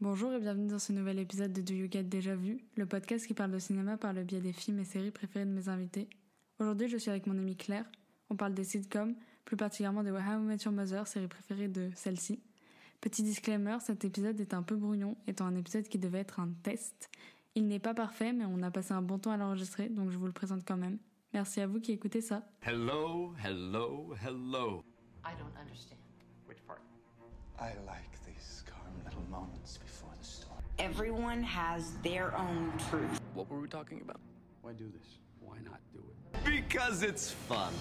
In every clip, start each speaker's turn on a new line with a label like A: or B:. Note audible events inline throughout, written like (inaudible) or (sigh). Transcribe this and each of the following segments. A: Bonjour et bienvenue dans ce nouvel épisode de Do You Get Déjà Vu, le podcast qui parle de cinéma par le biais des films et séries préférées de mes invités. Aujourd'hui, je suis avec mon amie Claire. On parle des sitcoms, plus particulièrement de How I Met Your Mother, série préférée de celle-ci. Petit disclaimer, cet épisode est un peu brouillon, étant un épisode qui devait être un test. Il n'est pas parfait, mais on a passé un bon temps à l'enregistrer, donc je vous le présente quand même. Merci à vous qui écoutez ça.
B: Hello, hello, hello.
C: I don't understand.
D: Which part?
E: I like these calm little moments before the storm.
F: Everyone has their own truth.
D: What were we talking about?
E: Why do this? Why not do it?
B: Because it's fun.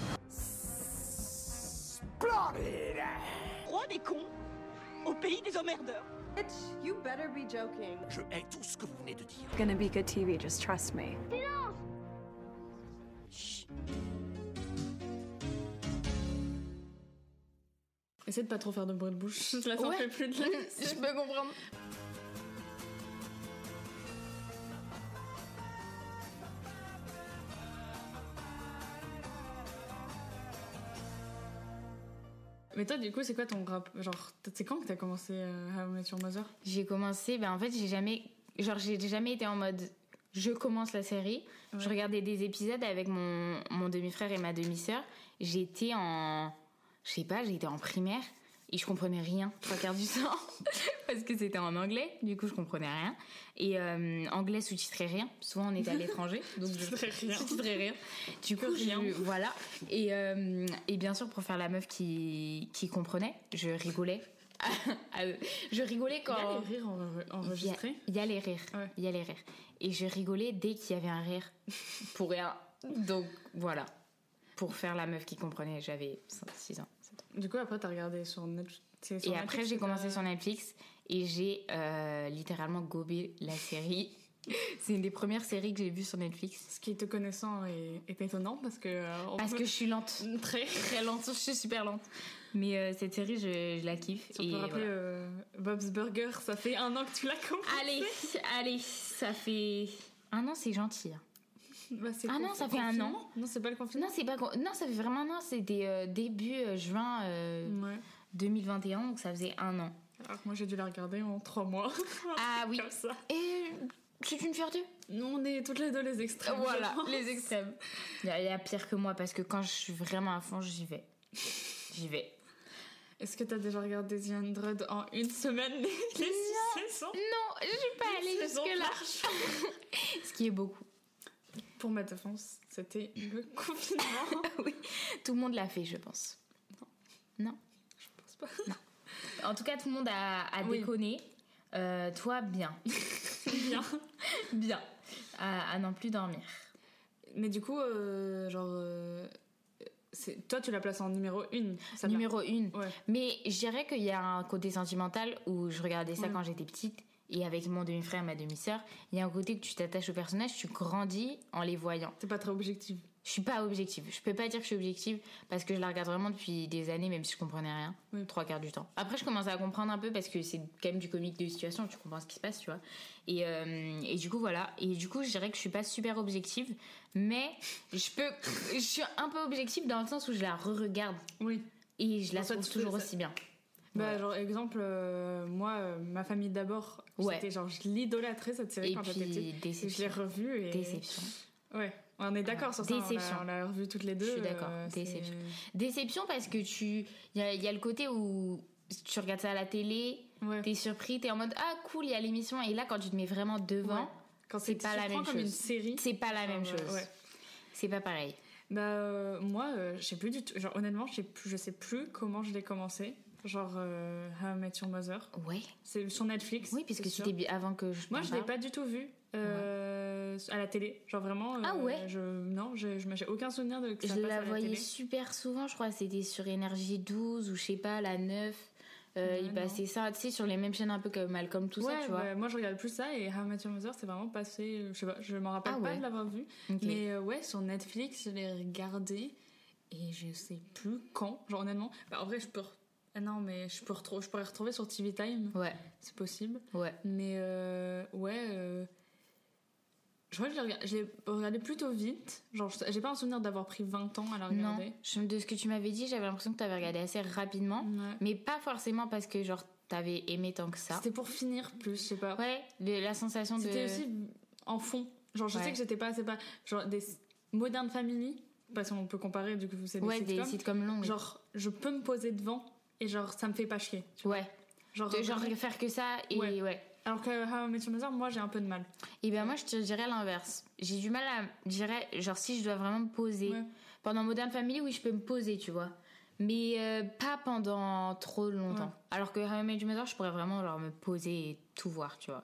G: roi des cons au pays des emmerdeurs.
H: Bitch, you better be joking.
I: gonna be good TV, just trust me.
A: Essaie de pas trop faire de bruit de (laughs) bouche, là ça en fait plus de la
J: Je peux comprendre.
A: Mais toi, du coup, c'est quoi ton rap Genre, t- c'est quand que t'as commencé euh, How I Met Your Mother
J: J'ai commencé, ben en fait, j'ai jamais, genre, j'ai jamais été en mode je commence la série. Je
A: Ouais.
J: regardais des épisodes avec mon, mon demi-frère et ma demi-sœur. J'étais en, je sais pas, j'étais en primaire et je comprenais rien trois quarts du (laughs) temps parce que c'était en anglais. Du coup, je comprenais rien et euh, anglais sous-titré rien. Souvent, on était à
A: (laughs)
J: l'étranger, donc je
A: Sous-titrait rien.
J: sous-titrais rien. Du coup,
A: Que
J: je-
A: rien.
J: (laughs) voilà. Et, euh, et bien sûr, pour faire la meuf qui, qui comprenait, je rigolais. (laughs) je rigolais
A: Il y a
J: quand.
A: les rires enre- enregistrés.
J: Il y a les rires.
A: Ouais.
J: Il y a les rires. Et je rigolais dès qu'il y avait
A: (laughs)
J: un rire. Pour rien. Donc voilà. Pour faire la meuf qui comprenait, j'avais 6 ans. sept ans.
A: Du coup, après, t'as regardé sur Netflix. c'est sur
J: Et après,
A: Netflix
J: j'ai
A: que t'as-
J: commencé sur Netflix et j'ai euh, littéralement gobé
A: (laughs)
J: la série. C'est une des premières séries que j'ai vues sur Netflix.
A: Ce qui, te connaissant, est, est étonnant parce que. euh, on
J: Parce
A: peut-
J: que je suis lente.
A: (laughs) Très.
J: Très lente, je suis super lente. Mais euh, cette série, je, je la kiffe.
A: Si on peut
J: et
A: rappeler
J: voilà.
A: euh, Bob's Burger, ça fait un an que tu l'as commencé.
J: Allez, allez, ça fait. Un an, c'est gentil. hein.
A: (laughs) Bah, c'est
J: Ah
A: conf-
J: non, ça fait un
A: confinement Non, c'est pas le confinement.
J: Non, c'est pas. con- Non, ça fait vraiment un an. C'était euh, début euh, juin euh,
A: Ouais.
J: 2021, donc ça faisait un an.
A: Alors que moi, j'ai dû la regarder en trois mois. (laughs)
J: Ah oui.
A: Comme ça.
J: Et c'est une fierté. Euh,
A: Nous, on est toutes les deux les extrêmes.
J: Voilà,
A: je pense.
J: les extrêmes. Il y, a- il y a pire que moi parce que quand je suis vraiment à fond, j'y vais. J'y vais.
A: Est-ce que t'as déjà regardé The 100 en une semaine (laughs) les six saisons
J: Non, je suis pas allée
A: Une saison
J: jusque-là.
A: par
J: Ce qui est beaucoup.
A: Pour ma défense, c'était le (laughs) confinement.
J: Tout le monde l'a fait, je pense.
A: Je pense pas.
J: En tout cas, tout le monde a, a
A: Oui.
J: déconné. Euh, toi, bien.
A: Bien.
J: Bien. À, à n'en plus dormir.
A: Mais du coup, euh, genre. euh, c'est- toi, tu la places en numéro 1.
J: Numéro une.
A: Ouais.
J: Mais je dirais qu'il y a un côté sentimental où je regardais ça
A: Ouais.
J: quand j'étais petite et avec mon demi-frère et ma demi-sœur, il y a un côté que tu t'attaches aux personnages, tu grandis en les voyant.
A: T'es pas très objective.
J: Je suis pas objective. Je peux pas dire que je suis objective parce que je la regarde vraiment depuis des années, même si je comprenais rien.
A: Oui.
J: Trois quarts du temps. Après, je commence à comprendre un peu parce que c'est quand même du comique de situation. Tu comprends ce qui se passe, tu vois. Et, euh, et du coup, voilà. Et du coup, je dirais que je suis pas super objective, mais je peux. Je suis un peu objective dans le sens où je la re-regarde
A: Oui.
J: et je la
A: Pour toi,
J: trouve
A: tu
J: toujours
A: fais ça.
J: aussi bien.
A: Bah,
J: Voilà.
A: genre, exemple, euh, moi, euh, ma famille d'abord,
J: Ouais.
A: c'était genre, je l'idolâtrais cette série
J: Et
A: quand j'étais petite.
J: puis,
A: Et je l'ai
J: déception.
A: revue et.
J: Déception.
A: Ouais, on est d'accord
J: Ah,
A: sur ça. on l'a-
J: déception.
A: On l'a revue toutes les deux.
J: Je suis d'accord,
A: euh,
J: déception.
A: c'est-
J: Déception parce que tu. Il y a, il y a le côté où tu regardes ça à la télé,
A: Ouais.
J: t'es surpris, t'es en mode ah cool, il y a l'émission. Et là, quand tu te mets vraiment devant,
A: Ouais. Quand
J: c'est
A: tu
J: pas la
A: prends
J: même
A: comme
J: chose.
A: une série.
J: c'est pas la même
A: genre,
J: chose.
A: ouais.
J: C'est pas pareil.
A: Bah, euh, moi, euh, je sais plus du tout. Genre, honnêtement, je sais plus, je sais plus comment je l'ai commencé. Genre, euh, How I Met Your Mother.
J: Ouais.
A: C'est sur Netflix.
J: Oui, parce
A: c'est
J: que
A: sûr.
J: c'était bi- avant que je.
A: Moi,
J: t'en
A: je l'ai
J: parle.
A: pas du tout vu euh, à la télé. Genre, vraiment. euh,
J: Ah ouais
A: je, Non, je- je- j'ai aucun souvenir de que ça
J: Je
A: passe à
J: la
A: la
J: voyais
A: télé.
J: super souvent, je crois. C'était sur Énergie 12 ou je sais pas, la 9. Euh,
A: Ouais,
J: il passait ça, tu sais, sur les mêmes chaînes un peu comme Malcolm, tout
A: ouais,
J: ça, tu vois.
A: ouais, moi je regarde plus ça et How I Met Your Mother c'est vraiment passé, euh, je sais pas, je m'en rappelle
J: Ah
A: pas
J: ouais.
A: de l'avoir vu.
J: Ok.
A: Mais euh, ouais, sur Netflix, je l'ai regardé et je sais plus quand, genre honnêtement. Bah, en vrai, je peux. re- Ah non, mais je, peux retrouver, je pourrais retrouver sur TV Time,
J: Ouais,
A: c'est possible.
J: ouais.
A: Mais euh, ouais. euh, Je crois que je l'ai regard- je l'ai regardé plutôt vite. Genre, je- j'ai pas un souvenir d'avoir pris 20 ans à la
J: Non,
A: regarder.
J: je- de ce que tu m'avais dit, j'avais l'impression que tu avais regardé assez rapidement.
A: Ouais.
J: Mais pas forcément parce que genre t'avais aimé tant que ça.
A: C'était pour finir plus, je sais pas.
J: Ouais, le- la sensation de.
A: C'était aussi en fond. Genre, je sais
J: Ouais.
A: que j'étais pas, c'est pas. Genre, des modernes familles, parce qu'on peut comparer, du coup, c'est des
J: ouais, des
A: sitcoms.
J: sitcoms longs. oui.
A: Genre, je peux me poser devant et genre, ça me fait pas chier.
J: ouais.
A: Genre,
J: De genre
A: vraiment.
J: faire que ça et
A: Ouais.
J: ouais.
A: alors que How I Met Your Mother, moi j'ai un peu de mal.
J: Et ben moi je te dirais l'inverse. J'ai du mal à je dirais genre si je dois vraiment me poser.
A: Ouais.
J: Pendant Modern Family oui je peux me poser tu vois. Mais euh, pas pendant trop longtemps.
A: Ouais.
J: Alors que How I Met Your Mother je pourrais vraiment genre me poser et tout voir tu vois.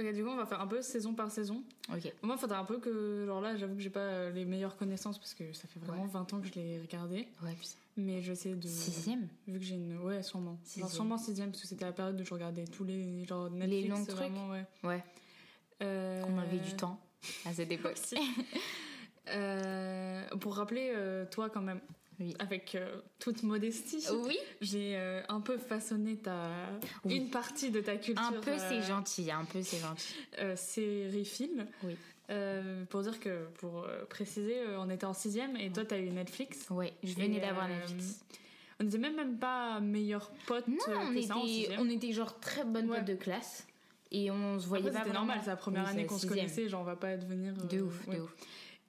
A: Ok, du coup, on va faire un peu saison par saison.
J: Ok.
A: Moi, faudra un peu que. Genre là, j'avoue que j'ai pas euh, les meilleures connaissances parce que ça fait vraiment
J: Ouais.
A: 20 ans que je l'ai regardé.
J: Ouais putain.
A: Mais je vais essayer de.
J: Sixième.
A: Vu que j'ai une. Ouais, sûrement. Genre,
J: Sixième.
A: sûrement sixième, parce que c'était la période où je regardais tous les. Genre Netflix,
J: longs trucs.
A: vraiment, ouais.
J: Ouais.
A: Euh,
J: On avait du temps à
A: (laughs)
J: cette époque.
A: Aussi. Euh, pour rappeler, euh, toi, quand même,
J: Oui.
A: avec euh, toute modestie,
J: Oui.
A: j'ai euh, un peu façonné ta.
J: Oui.
A: Une partie de ta culture.
J: (laughs) Un peu c'est
A: euh,
J: gentil, hein, un peu c'est gentil.
A: euh, série film.
J: Oui.
A: Euh, pour dire que, pour euh, préciser, euh, on était en sixième et toi t'as eu Netflix.
J: Ouais, je
A: Et,
J: venais d'avoir
A: euh,
J: Netflix.
A: On n'était même, même pas meilleurs potes
J: Non,
A: euh,
J: on
A: que ça en
J: était,
A: sixième.
J: on était genre très bonnes
A: Ouais.
J: potes de classe et on se voyait
A: Après,
J: pas
A: c'était
J: vraiment.
A: normal, c'est la première
J: Oui,
A: année
J: c'est
A: qu'on se
J: sixième.
A: connaissait, genre on va pas devenir. euh,
J: De ouf,
A: ouais.
J: de
A: (laughs)
J: ouf.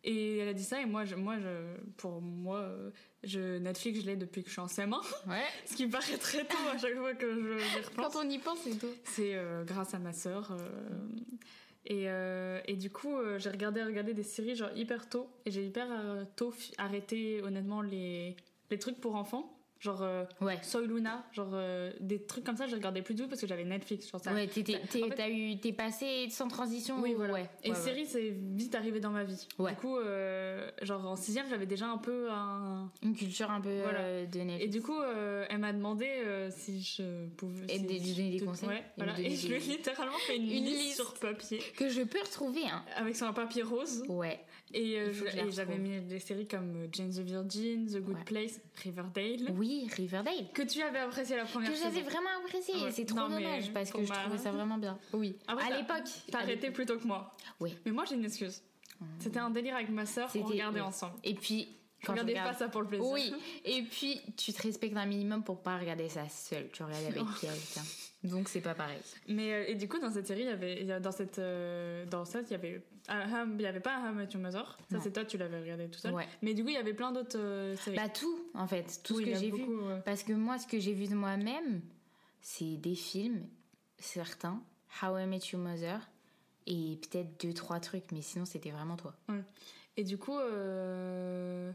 A: Et elle a dit ça, et moi, je, moi je, pour moi, euh, je, Netflix, je l'ai depuis que je suis en CM1,
J: Ouais.
A: ce qui me paraît très tôt à chaque fois que je y repense.
J: Quand on y pense, c'est tout.
A: C'est euh, grâce à ma sœur. euh, et, euh, et du coup, euh, j'ai regardé, regardé des séries genre hyper tôt. Et j'ai hyper euh, tôt fi- arrêté, honnêtement, les, les trucs pour enfants. Genre euh,
J: Ouais.
A: Soy Luna, genre euh, des trucs comme ça, je regardais plus du tout parce que j'avais Netflix. Genre ça.
J: Ouais, t'es- t'es-
A: ça-
J: t'es-
A: en fait-
J: t'as eu, t'es passé sans transition.
A: Oui, voilà.
J: Ouais,
A: Et
J: ouais, ouais.
A: séries, c'est vite arrivé dans ma vie.
J: Ouais.
A: Du coup, euh, genre en sixième, j'avais déjà un peu un.
J: Une culture un peu
A: Voilà.
J: euh, de
A: Et
J: Netflix.
A: du coup, euh, elle m'a demandé euh, si je pouvais. si
J: Et de- de
A: je-
J: donner des conseils
A: Ouais,
J: Et de
A: voilà.
J: donner
A: Et je lui ai
J: des-
A: littéralement fait une,
J: Une
A: liste
J: liste.
A: sur papier
J: Que je peux retrouver, hein.
A: avec son papier rose.
J: Ouais.
A: Et, euh,
J: Il faut
A: je-
J: que je la
A: et j'avais
J: retrouve.
A: mis des séries comme euh, Jane the Virgin, The Good
J: Ouais.
A: Place, Riverdale,
J: Oui, Riverdale.
A: que tu avais apprécié la première
J: Que
A: saison. Ah
J: j'avais vraiment apprécié.
A: Ouais.
J: C'est trop
A: Non, mais
J: dommage parce
A: pour
J: que je
A: ma-
J: trouvais ça vraiment bien. Oui.
A: Après,
J: à
A: Ah t'as-
J: l'époque.
A: T'as
J: à
A: arrêté plus tôt que moi.
J: Oui. Mmh.
A: Mais moi j'ai une excuse. C'était un délire avec ma sœur, on
J: C'était-
A: regardait
J: ouais.
A: ensemble.
J: Et puis.
A: Je
J: Quand je
A: regardais pas
J: regarde-
A: ça pour le plaisir.
J: Oui, et puis tu te respectes un minimum pour pas regarder ça seul. Tu regardes
A: (laughs)
J: avec quelqu'un. Donc c'est pas pareil.
A: Mais euh, et du coup dans cette série, il y avait il y a- dans cette euh, dans cette il y avait ah, ah, il y avait pas How I Met Your Mother. Ça
J: Non.
A: c'est toi tu l'avais regardé tout seul.
J: Ouais.
A: Mais du coup, il y avait plein d'autres euh, séries.
J: Bah tout, en fait, tout
A: Oui, il
J: ce
A: y
J: que
A: a
J: j'ai vu.
A: beaucoup, euh, ouais.
J: Parce que moi, ce que j'ai vu de moi-même, c'est des films, certains, How I Met Your Mother, et peut-être deux, trois trucs, mais sinon c'était vraiment toi.
A: Et du coup, euh,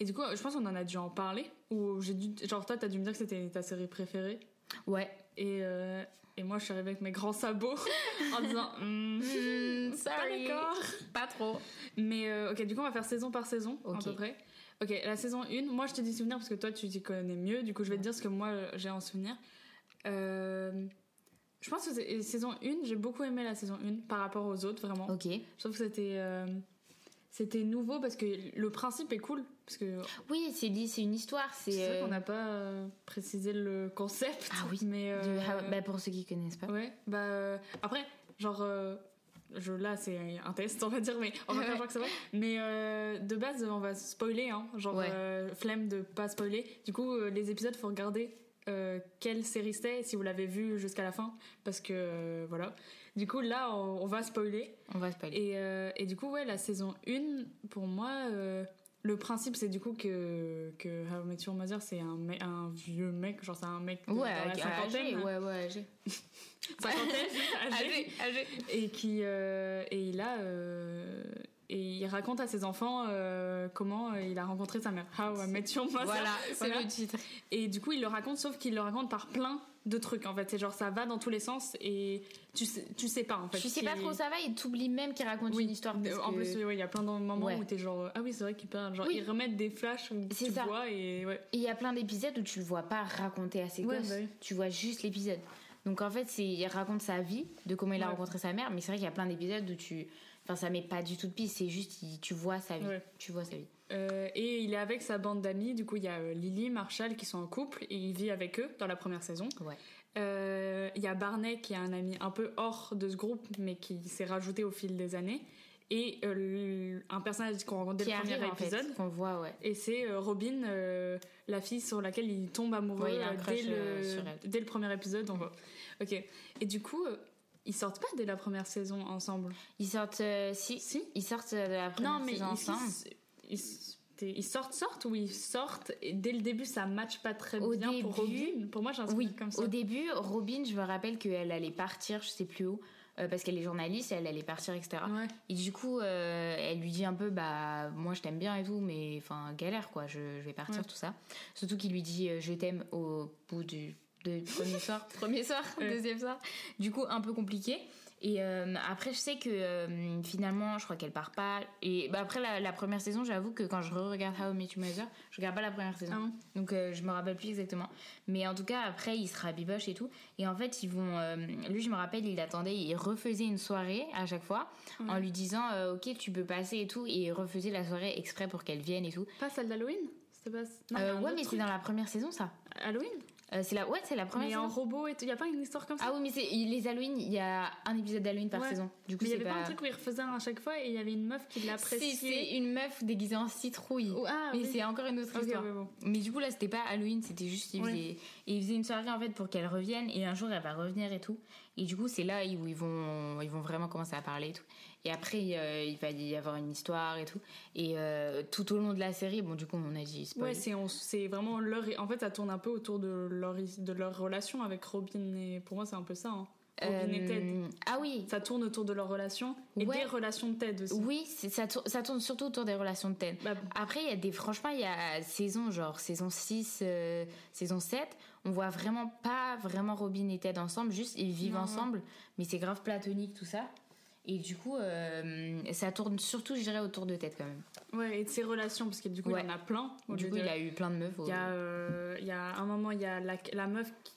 A: et du coup, je pense qu'on en a dû en parler. Ou j'ai dû, genre toi, t'as dû me dire que c'était ta série préférée.
J: Ouais.
A: Et, euh, et moi, je suis arrivée avec mes grands sabots (laughs) en
J: (laughs)
A: disant, Hmm,
J: Hmm,
A: pas
J: sorry.
A: d'accord.
J: Pas trop.
A: Mais euh, ok, du coup, on va faire saison par saison, à
J: Ok.
A: peu près. Ok, la saison 1, moi je te dis souvenir parce que toi tu t'y connais mieux, du coup je vais te dire ce que moi j'ai en souvenir. Euh, je pense que c'est- saison 1, j'ai beaucoup aimé la saison 1 par rapport aux autres, vraiment.
J: Ok.
A: Je trouve que c'était euh, c'était nouveau parce que le principe est cool parce que
J: Oui, c'est dit, c'est une histoire, c'est.
A: c'est vrai
J: euh,
A: qu'on n'a pas euh, précisé le concept.
J: Ah oui,
A: mais
J: de
A: euh,
J: How- bah, pour ceux qui connaissent pas.
A: ouais. Bah euh, après, genre. euh, je, là, c'est un test, on va dire, mais on va faire
J: Ouais.
A: genre que c'est vrai. Mais euh, de base, on va spoiler, hein, genre
J: Ouais.
A: euh, flemme de pas spoiler. Du coup, euh, les épisodes, faut regarder euh, quelle série c'était, si vous l'avez vu jusqu'à la fin, parce que euh, voilà. Du coup, là, on, on va spoiler.
J: On va spoiler.
A: Et, euh, et du coup, ouais, la saison 1, pour moi, euh, le principe, c'est du coup que, que How I Met Your Mother, c'est un, me- un vieux mec, genre c'est un mec de,
J: Ouais,
A: dans la
J: âgé,
A: cinquantaine,
J: ouais, ouais, âgé.
A: cinquantaine,
J: (laughs)
A: âgé,
J: âgé.
A: et qui, euh, et il a, euh, et il raconte à ses enfants euh, comment euh, il a rencontré sa mère. Ah How I Met Your Mother.
J: Voilà, c'est
A: Voilà.
J: le titre.
A: Et du coup, il le raconte, sauf qu'il le raconte par plein de trucs, en fait. C'est genre, ça va dans tous les sens, et tu sais, tu sais pas, en fait.
J: Tu sais
A: si-
J: pas trop où ça va et t'oublies même qu'il raconte
A: Oui,
J: une histoire.
A: de-
J: parce
A: En
J: que-
A: plus, oui, ouais, il y a plein de moments
J: Ouais.
A: où t'es genre, euh, ah oui, c'est vrai qu'ils parlent. Genre,
J: Oui.
A: ils remettent des flashs où
J: C'est
A: tu
J: ça.
A: vois et ouais.
J: Et il y a plein d'épisodes où tu le vois pas raconter à ses
A: Ouais,
J: gosses.
A: bah oui.
J: Tu vois juste l'épisode. Donc en fait, c'est il raconte sa vie, de comment il a
A: Ouais.
J: rencontré sa mère, mais c'est vrai qu'il y a plein d'épisodes où tu. Enfin, ça met pas du tout de piste, c'est juste il- tu vois sa vie.
A: Ouais.
J: Tu vois sa vie.
A: Euh, et il est avec sa bande d'amis. Du coup, il y a euh, Lily, Marshall qui sont en couple et il vit avec eux dans la première saison.
J: Ouais.
A: Euh, Il y a Barney qui est un ami un peu hors de ce groupe, mais qui s'est rajouté au fil des années. et euh, l- un personnage qu'on rencontre dès
J: Qui
A: le premier
J: arrive en
A: épisode.
J: fait, qu'on voit, ouais.
A: Et c'est euh, Robin, euh, la fille sur laquelle il tombe amoureux
J: Ouais, il a un
A: euh,
J: crush,
A: dès, le,
J: euh, sur elle.
A: dès le premier épisode. on voit. Ok. Et du coup, euh, ils sortent pas dès la première saison ensemble.
J: Ils sortent, euh, si,
A: Si.
J: ils sortent de la première
A: non, mais ils,
J: saison ensemble.
A: ils, ils- ils sortent, sortent ou ils sortent et dès le début ça match pas très
J: Au
A: bien pour
J: début-
A: Robin. Pour moi, j'ai un souvenir
J: Oui,
A: comme ça.
J: au début, Robin, je me rappelle qu'elle allait partir, je sais plus où, euh, parce qu'elle est journaliste, elle allait partir, etc.
A: Ouais.
J: Et du coup, euh, elle lui dit un peu, bah, moi je t'aime bien et tout, mais enfin, galère quoi, je, je vais partir,
A: Ouais.
J: tout ça. Surtout qu'il lui dit, euh, je t'aime au bout du, de- premier soir, (laughs) premier soir,
A: Ouais.
J: deuxième soir. Du coup, un peu compliqué. Et euh, après, je sais que euh, finalement, je crois qu'elle part pas. Et bah, après la, la première saison, j'avoue que quand je regarde How I Met Your Mother, je regarde pas la première saison.
A: Ah bon
J: Donc euh, je me rappelle plus exactement. Mais en tout cas, après, il sera biboche et tout. Et en fait, ils vont. euh, lui, je me rappelle, il attendait, il refaisait une soirée à chaque fois
A: Mm.
J: en lui disant euh, Ok, tu peux passer et tout. Et il refaisait la soirée exprès pour qu'elle vienne et tout.
A: Pas celle d'Halloween C'était pas. non,
J: Euh,
A: un
J: ouais,
A: autre
J: mais c'est
A: truc.
J: dans la première saison, ça.
A: Halloween
J: Euh, c'est la... Ouais, c'est la première
A: Mais
J: saison.
A: en robot et tout. Y a pas une histoire comme ça
J: Ah oui, mais c'est les Halloween, il y a un épisode d'Halloween par
A: Ouais.
J: saison. Du coup,
A: Mais il y
J: c'est
A: avait
J: pas...
A: pas... un truc où il refaisait un à chaque fois et il y avait une meuf qui
J: Si,
A: l'appréciait.
J: c'est une meuf déguisée en citrouille.
A: Ou- Ah,
J: mais
A: oui.
J: c'est encore une autre
A: Ok,
J: histoire.
A: ouais, bon.
J: Mais du coup, là, c'était pas Halloween, c'était juste. Ils
A: Ouais.
J: faisaient, et ils faisaient une soirée en fait pour qu'elle revienne, et un jour elle va revenir et tout. Et du coup, c'est là où ils vont, ils vont vraiment commencer à parler et tout. Et après, euh, il va y avoir une histoire et tout. Et euh, tout au long de la série, bon, du coup, on a dit. spoil.
A: Ouais, c'est on- c'est vraiment leur. En fait, ça tourne un peu autour de leur, de leur relation avec Robin et. Pour moi, c'est un peu ça. hein. Robin et Ted.
J: Euh, Ah oui,
A: Ça tourne autour de leur relation et
J: Ouais.
A: des relations de Ted aussi.
J: oui, c'est- ça, tour- ça tourne surtout autour des relations de Ted.
A: Bah,
J: Après, il y a des, franchement, il y a saison genre saison 6, euh, saison 7, on voit vraiment pas vraiment Robin et Ted ensemble, juste ils vivent ensemble, mais c'est grave platonique tout ça. Et du coup, euh, ça tourne surtout, je dirais, autour de Ted quand même.
A: ouais, et de ses relations, parce que du coup,
J: Ouais.
A: il y en a plein. au
J: du
A: lieu
J: coup,
A: de-
J: il a eu plein de meufs. au-
A: Il y a, euh, il y a un moment, il y a la, la meuf. qui-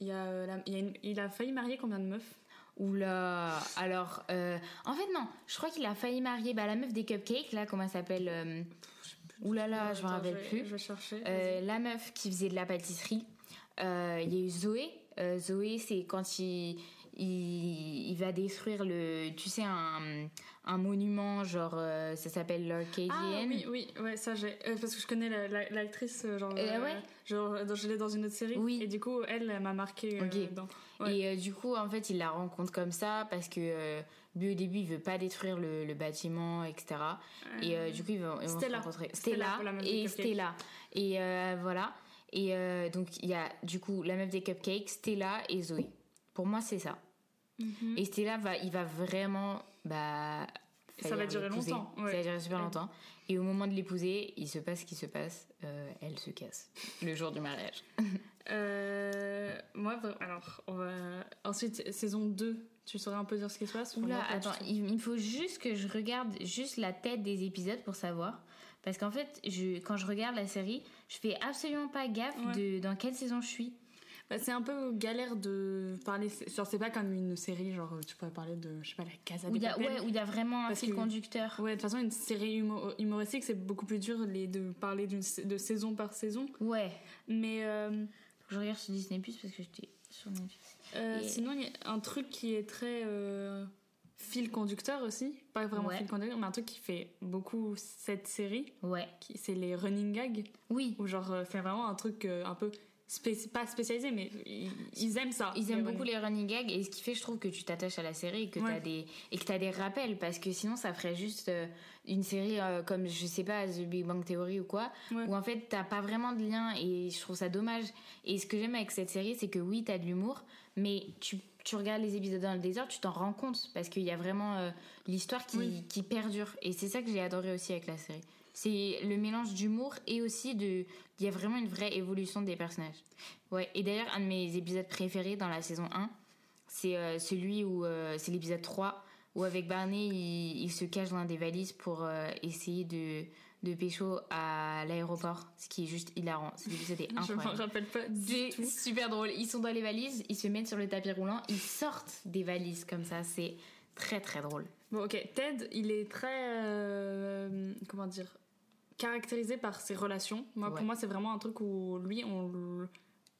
A: Il, y a, euh, la- il, y a une- il a failli marier combien de meufs
J: Oula, alors, euh, en fait non, je crois qu'il a failli marier bah, la meuf des cupcakes là, comment elle s'appelle euh, Oula là, Ah, je me
A: Attends,
J: rappelle
A: vais-
J: plus.
A: Je vais chercher.
J: Euh, la meuf qui faisait de la pâtisserie. Euh, Il y a eu Zoé. Euh, Zoé, c'est quand il, il, il va détruire le, tu sais, un, un monument, genre, euh, ça s'appelle l'Arcadian.
A: Ah oui, oui, ouais, ça j'ai. euh, parce que je connais la- la- l'actrice, euh, genre.
J: Euh, ouais.
A: genre, dans- je l'ai dans une autre série.
J: Oui.
A: Et du coup, elle, elle m'a marqué. euh,
J: Ok.
A: dans- ouais.
J: Et euh, du coup, en fait, il la rencontre comme ça parce que euh, lui, au début, il veut pas détruire le, le bâtiment, etc. Et euh, du coup, ils vont, ils vont se
A: Stella.
J: rencontrer.
A: Stella
J: Stella,
A: pour la meuf des
J: et
A: cupcakes.
J: Stella. Et euh, voilà. Et euh, donc, il y a du coup la meuf des cupcakes, Stella et Zoé. Pour moi, c'est ça.
A: Mm-hmm.
J: Et Stella, va, il va vraiment. Bah,
A: Ça
J: falloir
A: va durer
J: l'épouser.
A: longtemps, ouais.
J: Ça va durer super
A: Ouais.
J: longtemps. Et au moment de l'épouser, il se passe ce qui se passe. euh, elle se casse le jour du mariage.
A: Euh, moi, vra- alors, on va. Ensuite, saison 2, tu saurais un peu dire ce qui se passe ou
J: Oula,
A: non, pas du
J: attends,
A: tout
J: il il me faut juste que je regarde juste la tête des épisodes pour savoir. Parce qu'en fait, je, quand je regarde la série, je fais absolument pas gaffe
A: Ouais.
J: de dans quelle saison je suis.
A: Bah, c'est un peu galère de parler. Genre, c'est pas comme une série, genre, tu pourrais parler de, je sais pas, la Casa
J: Où
A: des
J: il y a,
A: Papel.
J: ouais, où il y a vraiment un
A: Parce
J: fil
A: que-
J: conducteur.
A: Ouais, de toute façon, une série humo- humoristique, c'est beaucoup plus dur les, de parler d'une sa- de saison par saison.
J: Ouais.
A: Mais euh,
J: Faut que je regarde sur Disney Plus parce que j'étais sur Netflix.
A: euh,
J: Et-
A: sinon, il y a un truc qui est très euh, fil conducteur aussi. Pas vraiment
J: Ouais.
A: fil conducteur, mais un truc qui fait beaucoup cette série,
J: Ouais.
A: qui- c'est les running gags.
J: Oui.
A: Ou genre, euh, c'est vraiment un truc euh, un peu. spéci- pas spécialisé, mais ils, ils aiment ça.
J: Ils aiment beaucoup
A: running-
J: les running gags et ce qui fait, je trouve, que tu t'attaches à la série et que
A: Ouais.
J: t'as des et que t'as des rappels parce que sinon ça ferait juste euh, une série euh, comme je sais pas The Big Bang Theory ou quoi
A: Ouais.
J: où en fait t'as pas vraiment de lien et je trouve ça dommage. Et ce que j'aime avec cette série, c'est que oui t'as de l'humour, mais tu tu regardes les épisodes dans le désert, tu t'en rends compte parce qu'il y a vraiment euh, l'histoire qui,
A: Oui.
J: qui perdure et c'est ça que j'ai adoré aussi avec la série. C'est le mélange d'humour et aussi de. Il y a vraiment une vraie évolution des personnages. Ouais, et d'ailleurs, un de mes épisodes préférés dans la saison 1, c'est euh, celui où. euh, c'est l'épisode 3, où avec Barney, il, il se cache dans des valises pour euh, essayer de, de pécho à l'aéroport. Ce qui est juste hilarant. Cet épisode est
A: (laughs) Je m'en
J: incroyable.
A: rappelle pas du
J: C'est
A: tout.
J: super drôle. Ils sont dans les valises, ils se mettent sur le tapis roulant, ils sortent des valises comme ça. C'est très très drôle.
A: Bon, ok. Ted, il est très. euh, comment dire Caractérisé par ses relations. Moi,
J: Ouais.
A: Pour moi, c'est vraiment un truc où lui, on. le-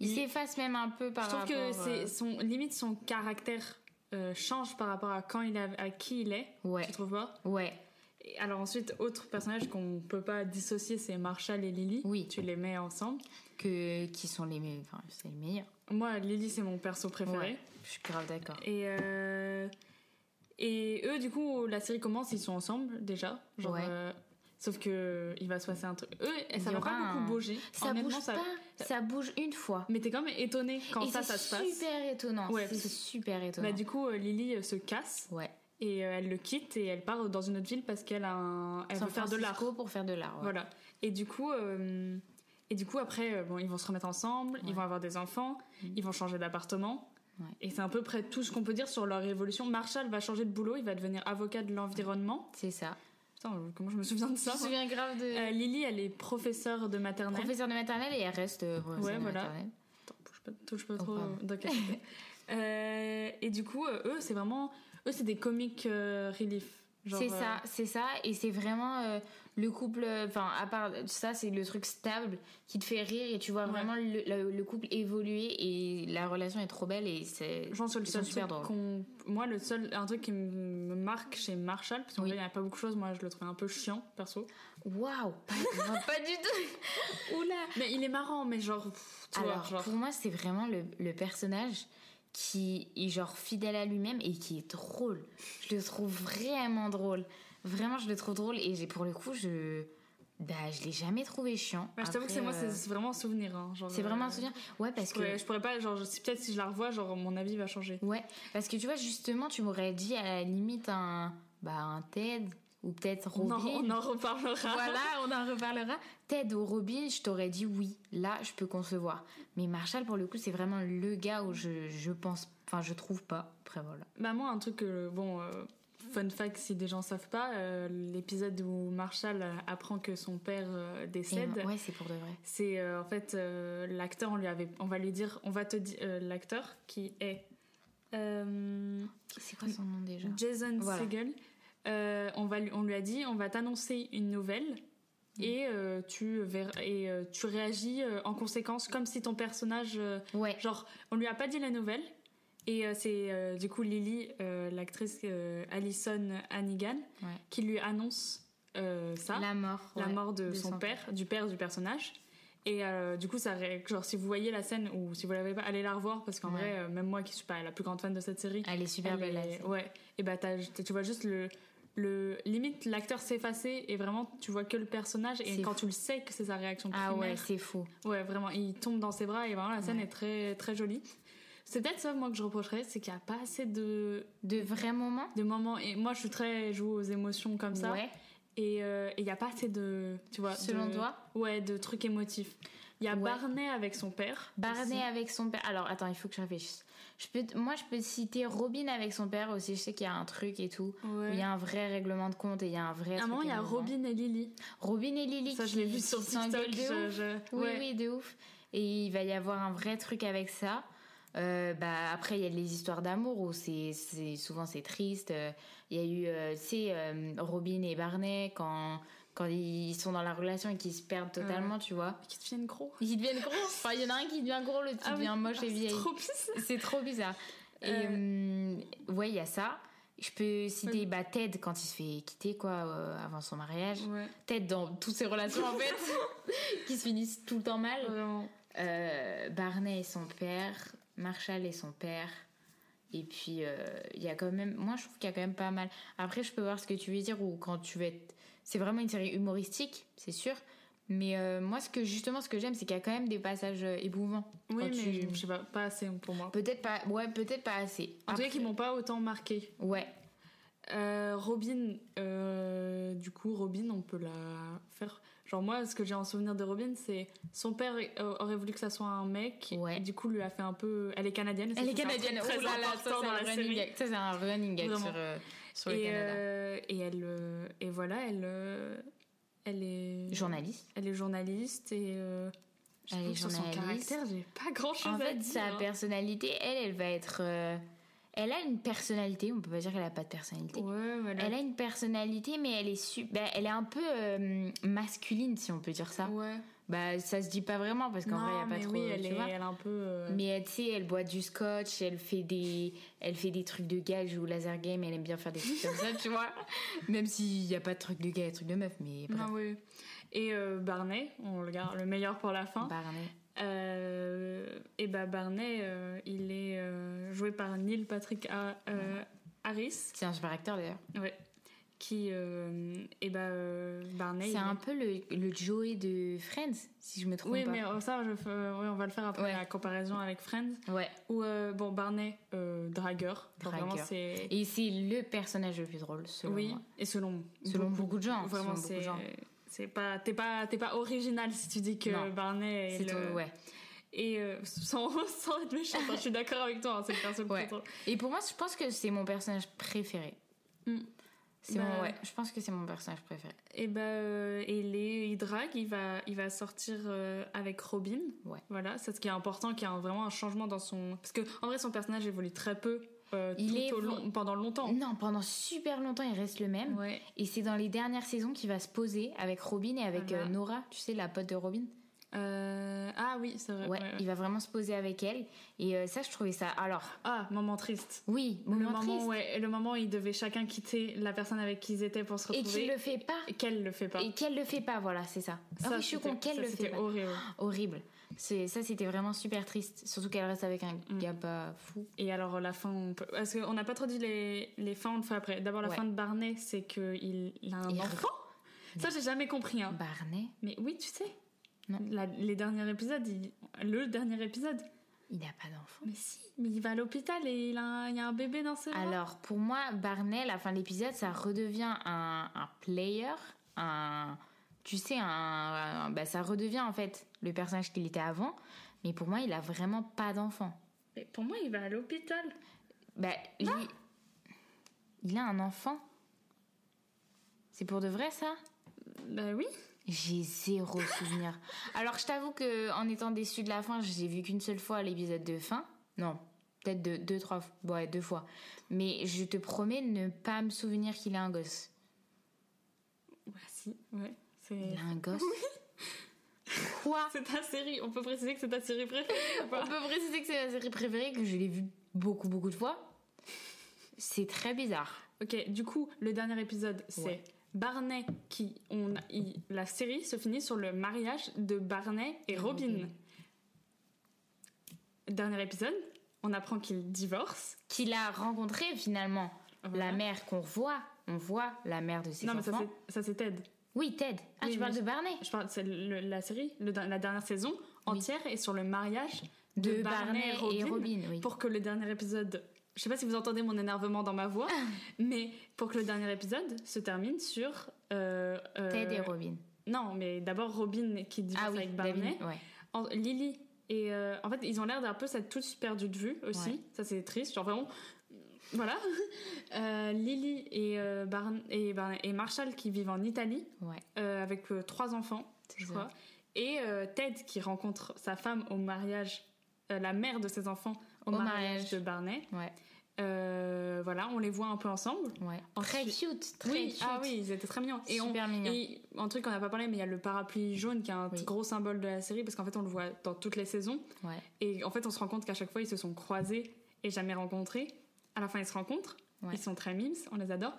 J: Il
A: Il-
J: s'efface même un peu par
A: Je trouve que
J: rapport, euh,
A: c'est son limite son caractère euh, change par rapport à quand il a- à qui il est.
J: Ouais.
A: Tu trouves pas
J: Ouais.
A: Et Alors ensuite, autre personnage qu'on peut pas dissocier, c'est Marshall et Lily.
J: Oui.
A: Tu les mets ensemble.
J: Que, qui sont les meilleurs. Enfin, c'est le meilleur.
A: Moi, Lily, c'est mon perso préféré.
J: Ouais. Je suis grave d'accord.
A: Et, euh, et eux, du coup, la série commence, ils sont ensemble déjà. Genre,
J: Ouais.
A: euh, sauf que il va se passer un truc. Eux,
J: Il
A: ça
J: y
A: va
J: aura
A: pas
J: un-
A: beaucoup bouger.
J: Ça
A: Honnêtement,
J: bouge pas, ça bouge une fois.
A: Mais t'es quand même étonné quand
J: Et
A: ça,
J: c'est
A: ça se passe.
J: super étonnant.
A: Ouais,
J: c'est
A: parce-
J: super étonnant.
A: Bah, du coup, euh, Lily euh, se casse
J: Ouais.
A: et euh, elle le quitte et elle part dans une autre ville parce qu'elle a un... elle
J: San
A: veut faire de l'art.
J: Francisco pour faire de l'art. ouais.
A: Voilà. Et du coup, euh, et du coup après, euh, bon, ils vont se remettre ensemble,
J: Ouais.
A: ils vont avoir des enfants,
J: Mhm.
A: ils vont changer d'appartement.
J: Ouais.
A: Et c'est à peu près tout ce qu'on peut dire sur leur évolution. Marshall va changer de boulot, il va devenir avocat de l'environnement.
J: C'est ça.
A: Putain, euh, comment je me souviens de
J: Je
A: ça
J: me souviens grave de
A: Euh, Lily, elle est professeure de maternelle.
J: professeur de maternelle et elle reste euh, professeure de
A: voilà.
J: maternelle.
A: Attends, bouge pas, touche pas
J: Oh,
A: trop.
J: pardon.
A: euh, d'accord.
J: (laughs)
A: Euh, et du coup, euh, eux, c'est vraiment, eux, c'est des comiques euh, relief. Genre,
J: C'est
A: euh,
J: ça, c'est ça, et c'est vraiment euh, le couple. euh, Enfin, à part ça, c'est le truc stable qui te fait rire et tu vois
A: Ouais.
J: vraiment le, le- le couple évoluer et la relation est trop belle et c'est.
A: Je pense que le
J: Ils
A: seul
J: sont super
A: truc
J: drôles.
A: qu'on- Moi, le seul. Un truc qui me marque chez Marshall, parce qu'en
J: Oui.
A: vrai, il n'y a pas beaucoup de choses, moi, je le trouve un peu chiant, perso. (laughs)
J: Waouh, pas, non, pas du tout. Oula.
A: Mais il est marrant, mais genre. pff, tu vois,
J: Alors
A: genre-
J: pour moi, c'est vraiment le, le personnage qui est genre fidèle à lui-même et qui est drôle. Je le trouve vraiment drôle. Vraiment, je le trouve drôle et j'ai pour le coup, je bah, je l'ai jamais trouvé chiant.
A: Bah, je t'avoue que c'est moi,
J: Après,
A: c'est
J: euh,
A: c'est vraiment un souvenir. hein, genre,
J: c'est vraiment
A: euh,
J: un souvenir. Ouais, parce
A: Je pourrais,
J: que
A: je pourrais pas, genre, je- si- peut-être si je la revois, genre, mon avis va changer.
J: ouais, parce que tu vois justement, tu m'aurais dit à la limite un bah un Ted ou peut-être
A: On
J: Robin.
A: en, on en reparlera.
J: Voilà, on en reparlera. Ted ou Robin, je t'aurais dit oui. Là, je peux concevoir. Mais Marshall, pour le coup, c'est vraiment le gars où je, je pense. Enfin, je trouve pas. Après, voilà.
A: Bah, moi, un truc que. Bon. euh, Fun fact, si des gens savent pas, euh, l'épisode où Marshall euh, apprend que son père euh,
J: Et,
A: décède,
J: ouais, c'est pour de vrai.
A: C'est euh, en fait euh, l'acteur, on lui avait, on va lui dire, on va te dire l'acteur qui est euh,
J: C'est quoi son nom déjà
A: Jason
J: Voilà.
A: Segel. Euh, on va, lui- on lui a dit, on va t'annoncer une nouvelle et euh, tu verras- et euh, tu réagis euh, en conséquence comme si ton personnage, euh,
J: Ouais.
A: genre, on lui a pas dit la nouvelle. Et euh, c'est euh, du coup Lily, euh, l'actrice euh, Allison Hannigan,
J: Ouais.
A: qui lui annonce euh, ça
J: La mort.
A: la
J: ouais.
A: mort de,
J: de
A: son,
J: son
A: père, du père du personnage. Et euh, du coup, ça, ré- genre, si vous voyez la scène ou si vous l'avez pas, allez la revoir parce qu'en
J: Ouais. Ah,
A: vrai, euh, même moi qui suis pas la plus grande fan de cette série,
J: Elle est super
A: elle
J: belle. la
A: est-
J: scène.
A: ouais. Et bah t'as- tu vois juste le, le limite l'acteur s'effacer et vraiment tu vois que le personnage et
J: C'est
A: quand
J: fou.
A: tu le sais que c'est sa réaction
J: Ah ouais,
A: primaire,
J: c'est fou.
A: ouais, vraiment, il tombe dans ses bras et vraiment la scène
J: Ouais.
A: est très très jolie. C'est peut-être ça moi que je reprocherais, c'est qu'il y a pas assez de,
J: De vrais moments.
A: de moments et moi je suis très je joue aux émotions comme ça
J: Ouais.
A: et il y a pas assez de tu vois
J: Selon
A: de-
J: toi
A: ouais de trucs émotifs il y a
J: Ouais.
A: Barney avec son père
J: Barney
A: aussi.
J: avec son père. Alors attends, il faut que je réfléchisse. Je peux, t- moi, je peux citer Robin avec son père aussi. Je sais qu'il y a un truc et tout.
A: Ouais.
J: où Il y a un vrai règlement de compte et il y a un vrai.
A: à un
J: truc
A: moment il y a
J: émouvant.
A: Robin et Lily
J: Robin et Lily
A: ça
J: qui
A: je l'ai vu sur
J: s'engueulent
A: TikTok
J: de
A: je-
J: ouf.
A: je-
J: Oui,
A: ouais.
J: oui, de ouf. Et il va y avoir un vrai truc avec ça. Euh, bah, après, il y a les histoires d'amour où c'est, c'est- souvent c'est triste. Euh, Il y a eu, euh, tu sais, euh, Robin et Barney quand, quand ils sont dans la relation et qu'ils se perdent totalement, tu vois.
A: qui deviennent gros
J: Ils deviennent gros. Enfin, il y en a un qui devient gros, l'autre qui
A: Ah oui.
J: devient moche
A: Ah,
J: et
A: c'est
J: vieille.
A: trop pisse
J: C'est trop bizarre. Et
A: Euh.
J: hum, ouais, il y a ça. Je peux citer
A: Ouais.
J: bah, Ted quand il se fait quitter, quoi, euh, avant son mariage.
A: ouais
J: Ted dans toutes ses relations, en
A: (laughs)
J: fait, qui se finissent tout le temps mal.
A: vraiment
J: Euh, Barney et son père, Marshall et son père. Et puis, euh, il y a quand même. Moi, je trouve qu'il y a quand même pas mal. Après, je peux voir ce que tu veux dire ou quand tu veux être. C'est vraiment une série humoristique, c'est sûr. Mais euh, moi, ce que justement, ce que j'aime, c'est qu'il y a quand même des passages euh, émouvants.
A: oui
J: Quand
A: mais
J: tu-
A: je sais pas pas assez pour moi
J: Peut-être pas. Ouais, peut-être pas assez.
A: en tout cas
J: Après-
A: qui m'ont pas autant marqué
J: Ouais.
A: Euh, Robin euh, du coup Robin on peut la faire genre moi ce que j'ai en souvenir de Robin c'est son père euh, aurait voulu que ça soit un mec
J: Ouais.
A: et du coup lui a fait un peu elle est canadienne ça,
J: Elle est
A: c'est un truc
J: canadienne.
A: très
J: Oh là là, ça,
A: important
J: c'est
A: dans
J: un
A: la
J: running
A: série
J: gag. Ça, c'est un running gag
A: Vraiment.
J: sur, euh, sur le
A: et,
J: Canada.
A: euh, et elle euh, et voilà elle euh, elle est
J: Journaliste.
A: elle est journaliste et euh, je
J: Elle
A: trouve
J: est
A: que sur son
J: journaliste.
A: caractère j'ai pas grand chose
J: En
A: à
J: fait,
A: dire
J: sa
A: hein.
J: personnalité, elle, elle va être. euh, Elle a une personnalité. On peut pas dire qu'elle a pas de personnalité.
A: ouais voilà
J: Elle a une personnalité, mais elle est su... bah, elle est un peu euh, masculine, si on peut dire ça.
A: ouais
J: Bah, ça se dit pas vraiment parce qu'en vrai, il y a pas
A: mais
J: trop.
A: oui, elle,
J: tu
A: est,
J: vois.
A: elle est un peu. euh,
J: Mais tu sais, elle boit du scotch, elle fait des, elle fait des trucs de gars, elle joue au laser game, elle aime bien faire des trucs comme ça, tu vois. (laughs) Même s'il y a pas de trucs de gars, et de trucs de meuf, mais bref.
A: Non, oui. Et euh, Barney, on le garde le meilleur pour la fin.
J: Barney.
A: Euh, et bah Barney, euh, il est euh, joué par Neil Patrick Ha- euh, Harris,
J: C'est un super acteur d'ailleurs.
A: ouais, qui et bah euh, Barney.
J: C'est
A: il
J: un
A: est-
J: peu le, le Joey de Friends, si je me trompe
A: Oui,
J: pas.
A: mais euh, ça, je fais- euh, ouais, on va le faire après
J: Ouais.
A: la comparaison avec Friends.
J: Ouais.
A: Ou euh, bon Barney, euh, dragueur. Enfin,
J: Dragueur.
A: Vraiment, c'est
J: Et c'est le personnage le plus drôle, selon
A: oui.
J: moi.
A: Et selon
J: Selon beaucoup, de gens.
A: vraiment
J: selon beaucoup de
A: c'est
J: gens.
A: c'est pas t'es pas t'es pas original si tu dis que
J: Non.
A: Barney est
J: C'est
A: euh, le-
J: ton- ouais.
A: et euh, sans, (laughs) sans être méchant je suis d'accord avec toi hein, c'est le perso le plus
J: Ouais.
A: drôle.
J: Et pour moi, je pense que c'est mon personnage préféré.
A: Mm.
J: C'est
A: Bah-
J: mon- ouais, je pense que c'est mon personnage préféré.
A: et ben euh, et il est- il drague il va il va sortir euh, avec Robin
J: Ouais.
A: voilà c'est ce qui est important qu'il y a un- vraiment un changement dans son parce que en vrai son personnage évolue très peu euh,
J: Il
A: tout
J: est-
A: au long- pendant longtemps
J: Non, pendant super longtemps, il reste le même.
A: ouais
J: Et c'est dans les dernières saisons qu'il va se poser avec Robin et avec
A: Voilà.
J: euh, Nora, tu sais, la pote de Robin.
A: Euh, ah oui c'est vrai
J: Ouais,
A: ouais, ouais.
J: il va vraiment se poser avec elle. Et euh, ça, je trouvais ça. Alors,
A: ah moment triste
J: oui,
A: le
J: moment
A: moment
J: triste.
A: ouais, le moment où ils devaient chacun quitter la personne avec qui ils étaient pour se
J: et
A: retrouver
J: qu'il le fait pas.
A: Et qu'elle le fait pas.
J: Et qu'elle le fait pas, voilà, c'est ça. ah oui, je suis
A: c'était-
J: con, qu'elle
A: ça,
J: le fait
A: c'était
J: pas.
A: horrible.
J: Horrible. C'est, ça, c'était vraiment super triste. Surtout qu'elle reste avec un
A: Mm.
J: gars pas fou.
A: Et alors la fin, on peut... parce qu'on n'a pas trop dit les, les fins, on le fait après. D'abord la
J: Ouais.
A: fin de Barney, c'est que il, il a un
J: Il-
A: enfant. Ça j'ai jamais compris. Hein.
J: Barney,
A: Mais oui, tu sais.
J: Non.
A: La- les derniers épisodes, il- le dernier épisode.
J: il n'a pas d'enfant.
A: Mais si, mais il va à l'hôpital et il a, un- il y a un bébé dans ses bras.
J: Alors, pour moi, Barney, la fin de l'épisode, ça redevient un, un player, un. Tu sais, un, un- bah, ça redevient en fait le personnage qu'il était avant, mais pour moi, il a vraiment pas d'enfant.
A: Mais pour moi, il va à l'hôpital.
J: Bah, lui- il a un enfant. C'est pour de vrai ça Ben
A: Bah oui.
J: J'ai zéro souvenir. Alors, je t'avoue que en étant déçue de la fin, j'ai vu qu'une seule fois l'épisode de fin. Non, peut-être deux, deux, trois, f- ouais, deux fois. Mais je te promets de ne pas me souvenir qu'il a un gosse.
A: Bah si, ouais. C'est (laughs)
J: Il a un gosse Quoi
A: c'est ta série. On peut préciser que c'est ta série préférée ou pas
J: On peut préciser que c'est ma série préférée, que je l'ai vue beaucoup, beaucoup de fois. C'est très bizarre.
A: Ok, du coup, le dernier épisode, c'est
J: Ouais.
A: Barney qui. On, a- il- la série se finit sur le mariage de Barney et
J: Et
A: Robin.
J: Robin.
A: Dernier épisode, on apprend qu'ils divorcent.
J: Qu'il a rencontré finalement
A: Ah, Voilà.
J: la mère qu'on voit. On voit la mère de ses
A: Non, mais ça,
J: enfants.
A: c'est- ça c'est Ted.
J: oui, Ted. Ah,
A: Oui,
J: tu parles
A: mais-
J: de Barney
A: Je parle, c'est le- la série, le- la dernière saison entière est sur le mariage de,
J: De Barney et Robin, oui.
A: Pour que le dernier épisode. Je sais pas si vous entendez mon énervement dans ma
J: (laughs)
A: voix, mais pour que le dernier épisode se termine sur. euh, euh,
J: Ted et Robin.
A: Non, mais d'abord Robin qui divorce
J: Ah oui,
A: avec Barney.
J: David, ouais.
A: En- Lily et euh, en fait ils ont l'air d'un peu s'être tous perdus de vue aussi.
J: Ouais.
A: Ça c'est triste, genre vraiment. Voilà. (laughs) Euh, Lily et, euh, Barn- et, Barn- et Marshall qui vivent en Italie
J: Ouais.
A: euh, avec euh, trois enfants,
J: C'est
A: je
J: ça.
A: crois. Et euh, Ted qui rencontre sa femme au mariage, euh, la mère de ses enfants au,
J: Au
A: mariage
J: mariage.
A: de Barney.
J: Ouais,
A: Euh, voilà, on les voit un peu ensemble.
J: ouais. Très
A: Ensuite-
J: cute, très
A: oui,
J: cute.
A: ah oui, ils étaient très mignons. Et on,
J: Super mignon.
A: et un truc qu'on n'a pas parlé, mais il y a le parapluie jaune qui est un
J: Oui.
A: gros symbole de la série parce qu'en fait on le voit dans toutes les saisons.
J: Ouais,
A: Et en fait on se rend compte qu'à chaque fois ils se sont croisés et jamais rencontrés. À la fin ils se rencontrent,
J: Ouais.
A: ils sont très mimes, on les adore.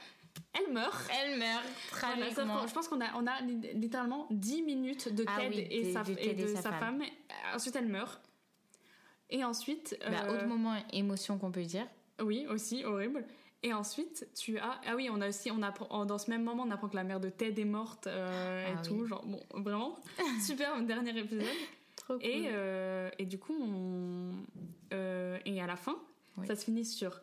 A: Elle meurt.
J: Elle meurt
A: Voilà, sauf
J: tragiquement.
A: qu'on- je pense qu'on a, on a li- littéralement 10 minutes de Ted
J: Ah oui,
A: et,
J: de-
A: sa,
J: de
A: et
J: Ted
A: de sa femme. Ensuite elle meurt. Et ensuite.
J: Bah,
A: euh,
J: Autre moment émotion qu'on peut dire.
A: oui, aussi, horrible. Et ensuite, tu as. Ah oui, on a aussi. On apprend, en- dans ce même moment, on apprend que la mère de Ted est morte euh,
J: Ah
A: et
J: oui.
A: tout. Genre, bon,
J: (laughs)
A: vraiment. Super dernier épisode.
J: Trop
A: Et, euh, et du coup, on. euh, et à la fin,
J: Oui.
A: ça se finit sur.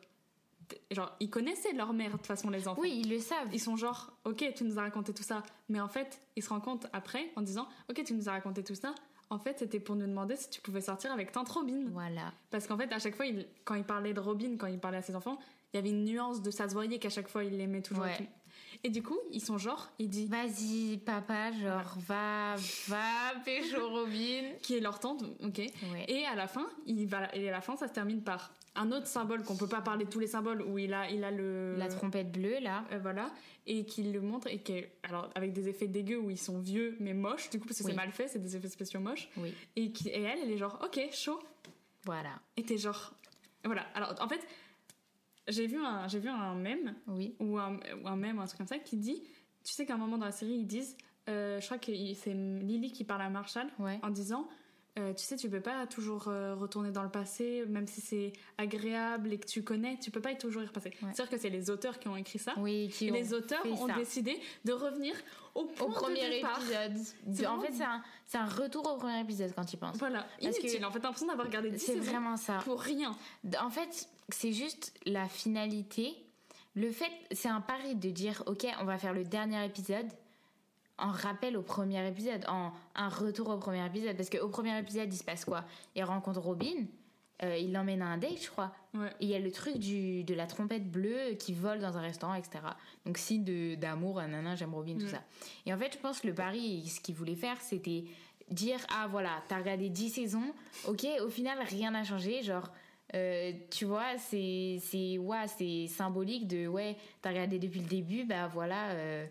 A: Genre, ils connaissaient leur mère, de toute façon, les enfants.
J: oui, ils le savent.
A: Ils sont genre, ok, tu nous as raconté tout ça. Mais en fait, ils se rendent compte après en disant, ok, tu nous as raconté tout ça. En fait, c'était pour nous demander si tu pouvais sortir avec tante Robin.
J: Voilà.
A: Parce qu'en fait, à chaque fois, il- quand il parlait de Robin, quand il parlait à ses enfants, il y avait une nuance de ça se voyait qu'à chaque fois, il l'aimait toujours.
J: Ouais.
A: Et, tout. Et du coup, ils sont genre, il dit,
J: Vas-y, papa, genre, va,
A: (laughs)
J: va, pécho Robin.
A: qui est leur tante, ok.
J: Ouais.
A: Et à la fin, il va, et à la fin, ça se termine par un autre symbole qu'on peut pas parler de tous les symboles où il a il a le
J: La trompette bleue, là.
A: Euh, voilà et qu'il le montre et que alors avec des effets dégueux où ils sont vieux mais moches du coup parce que
J: Oui.
A: c'est mal fait c'est des effets spéciaux moches
J: Oui,
A: et, qui, et elle elle est genre ok chaud
J: voilà.
A: et t'es genre voilà alors en fait j'ai vu un j'ai vu un mème
J: Oui.
A: ou un, ou un mème ou un truc comme ça qui dit tu sais qu'à un moment dans la série ils disent euh, je crois que il- c'est Lily qui parle à Marshall
J: Ouais.
A: en disant euh, tu sais tu peux pas toujours euh, retourner dans le passé même si c'est agréable et que tu connais tu peux pas y toujours y repasser c'est à dire que c'est les auteurs qui ont écrit ça
J: Oui, qui
A: et
J: ont
A: les auteurs
J: fait
A: ont
J: ça.
A: décidé de revenir au,
J: au
A: point de
J: premier
A: départ.
J: épisode.
A: C'est
J: En
A: vraiment-
J: fait, c'est un, c'est un retour au premier épisode quand tu penses.
A: voilà
J: Parce que
A: inutile en fait t'as l'impression d'avoir regardé 10
J: C'est
A: saisons
J: vraiment ça.
A: pour rien
J: En fait, c'est juste la finalité. Le fait, c'est un pari de dire, ok, on va faire le dernier épisode en rappel au premier épisode, en un retour au premier épisode, parce qu'au premier épisode, il se passe quoi Il rencontre Robin, euh, il l'emmène à un date, je crois.
A: Ouais.
J: Et il y a le truc du, de la trompette bleue qui vole dans un restaurant, etc. Donc signe de- d'amour, euh, nanana, j'aime Robin, tout
A: Mm.
J: ça. Et en fait, je pense que le pari, ce qu'il voulait faire, c'était dire, ah voilà, t'as regardé 10 saisons, ok, au final, rien n'a changé, genre... euh, tu vois, c'est c'est ouah, c'est symbolique de ouais, t'as regardé depuis le début, bah voilà, euh,